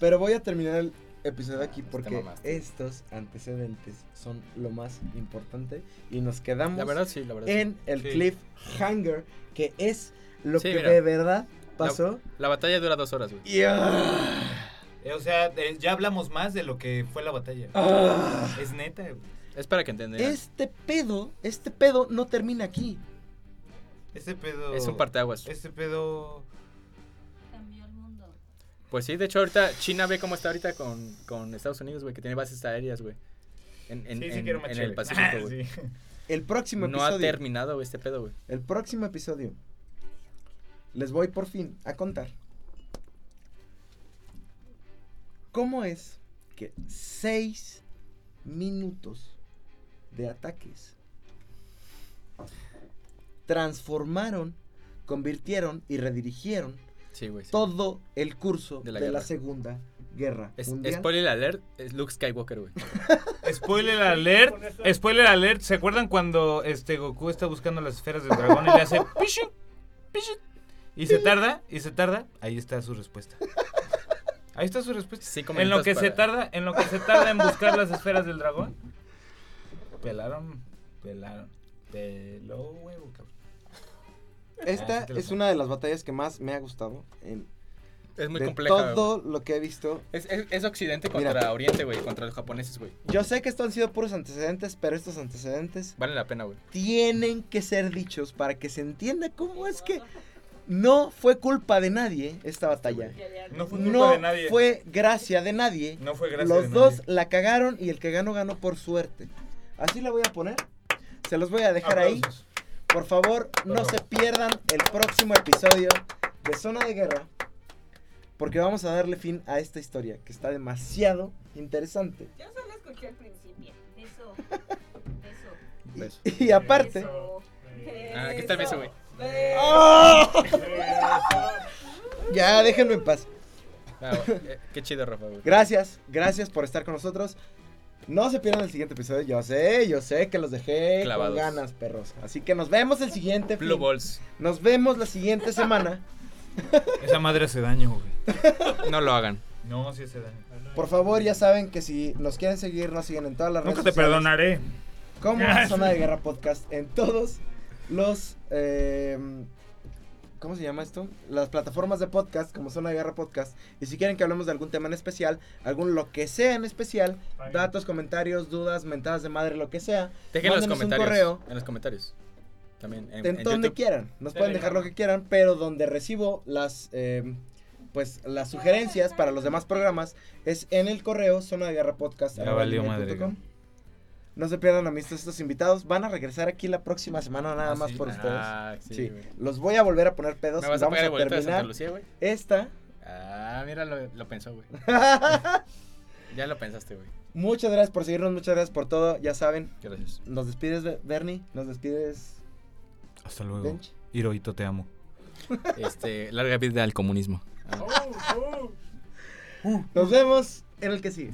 A: pero voy a terminar el episodio aquí porque
C: mamaste.
A: estos antecedentes son lo más importante y nos quedamos
C: La verdad, sí, la verdad. sí.
A: en el
B: Sí.
A: cliffhanger que es lo
C: Sí,
A: que
C: mira.
A: de verdad pasó.
C: La batalla dura dos horas, güey.
A: Y ah,
B: Eh, O sea, eh, ya hablamos más de lo que fue la batalla.
A: ah.
B: Es neta, güey.
C: Es para que entendan. Es,
A: este pedo, este pedo no termina aquí.
B: Este pedo.
C: un parteaguas.
B: Este pedo.
E: Cambió el mundo.
C: Pues sí, de hecho, ahorita China ve cómo está ahorita con, con Estados Unidos, güey, que tiene bases aéreas, güey. en, en-
B: sí, sí
C: en-
B: quiero más
C: en
B: chévere.
C: el Pacífico, güey.
B: Sí.
A: El próximo
C: No ha
A: episodio.
C: terminado güey, este pedo, güey.
A: El próximo episodio. Les voy por fin a contar. ¿Cómo es que seis minutos de ataques transformaron, convirtieron y redirigieron
C: Sí, güey. sí.
A: todo el curso de
C: De
A: la,
C: la guerra.
A: Segunda Guerra
C: Es,
A: Mundial?
C: spoiler alert, es Luke Skywalker, güey.
B: Spoiler alert, spoiler alert. ¿Se acuerdan cuando este Goku está buscando las esferas del dragón y le hace pishin, pishin, y se tarda y se tarda? Ahí está su respuesta. Ahí está su respuesta.
C: Cinco
B: en lo
C: minutos
B: que se
C: para-
B: tarda, en lo que se tarda en buscar las esferas del dragón. Pelaron, pelaron, peló huevo, cabrón.
A: Esta
B: Ah, sí te lo
A: es
B: pongo.
A: una de las batallas que más me ha gustado en
C: Es muy
A: de
C: compleja. güey.
A: todo lo que he visto
C: Es, es- es Occidente
A: Mira.
C: contra Oriente, güey. Contra los japoneses, güey.
A: Yo sé que estos han sido puros antecedentes, pero estos antecedentes
C: Vale la pena, güey.
A: tienen que ser dichos para que se entienda cómo es que no fue culpa de nadie esta batalla.
B: No fue culpa
A: No
B: de nadie.
A: fue gracia de nadie.
B: no fue gracias.
A: Los dos la cagaron y el que ganó ganó por suerte. Así la voy a poner. Se los voy a dejar ahí. Por favor, no se pierdan el próximo episodio de Zona de Guerra. Porque vamos a darle fin a esta historia que está demasiado interesante.
E: Yo solo escuché al principio. Beso. Beso.
C: Beso.
A: Y aparte...
E: Beso.
C: Ah, aquí está el beso, güey.
E: Beso.
A: Ya, déjenlo en paz.
C: Ah, güey, eh, qué chido, Rafa, güey.
A: Gracias, gracias por estar con nosotros. No se pierdan el siguiente episodio. Yo sé, yo sé que los dejé
C: Clavados.
A: con ganas, perros. Así que nos vemos el siguiente.
C: Blue
A: fin.
C: Balls.
A: Nos vemos la siguiente semana.
B: Esa madre hace daño, güey.
C: No lo hagan.
B: No, sí hace daño.
A: Por favor, ya saben que si nos quieren seguir, nos siguen en todas las
B: Nunca te
A: redes sociales.
B: perdonaré.
A: Como Zona de Guerra Podcast en todos los. eh, ¿Cómo se llama esto? Las plataformas de podcast, como Zona de Guerra Podcast. Y si quieren que hablemos de algún tema en especial, algún lo que sea en especial,
D: Ah,
A: datos, comentarios, dudas, mentadas de madre, lo que sea,
C: Dejen en
A: Mándenos
C: los
A: un
C: comentarios.
A: correo.
C: En los comentarios. También Em, en,
A: en
C: en
A: donde
C: YouTube.
A: quieran. Nos pueden dejar lo que quieran, pero donde recibo las eh, pues las sugerencias para los demás programas es en el correo zona de guerra podcast.
B: Ya
A: arroba
B: valió
A: gmail
B: madre,
A: punto com.
B: güey.
A: No se pierdan a mí estos, estos invitados. Van a regresar aquí la próxima semana nada
C: Ah,
A: más
C: sí.
A: por
C: Ah,
A: ustedes.
C: sí,
A: Sí.
C: güey.
A: Los voy a volver a poner pedos.
C: ¿Me
A: y
C: vas
A: Vamos
C: a pagar el
A: a,
C: boleto de Santa
A: terminar
C: Lucía, güey?
A: esta.
C: Ah, mira, lo, lo pensó, güey. Ya lo pensaste, güey.
A: muchas gracias por seguirnos, muchas gracias por todo. Ya saben,
C: Gracias.
A: nos despides Be- Bernie, nos despides
B: Hasta luego.
A: Bench.
B: Hirohito, te amo.
C: Este, larga vida al comunismo.
A: Nos vemos en el que sigue.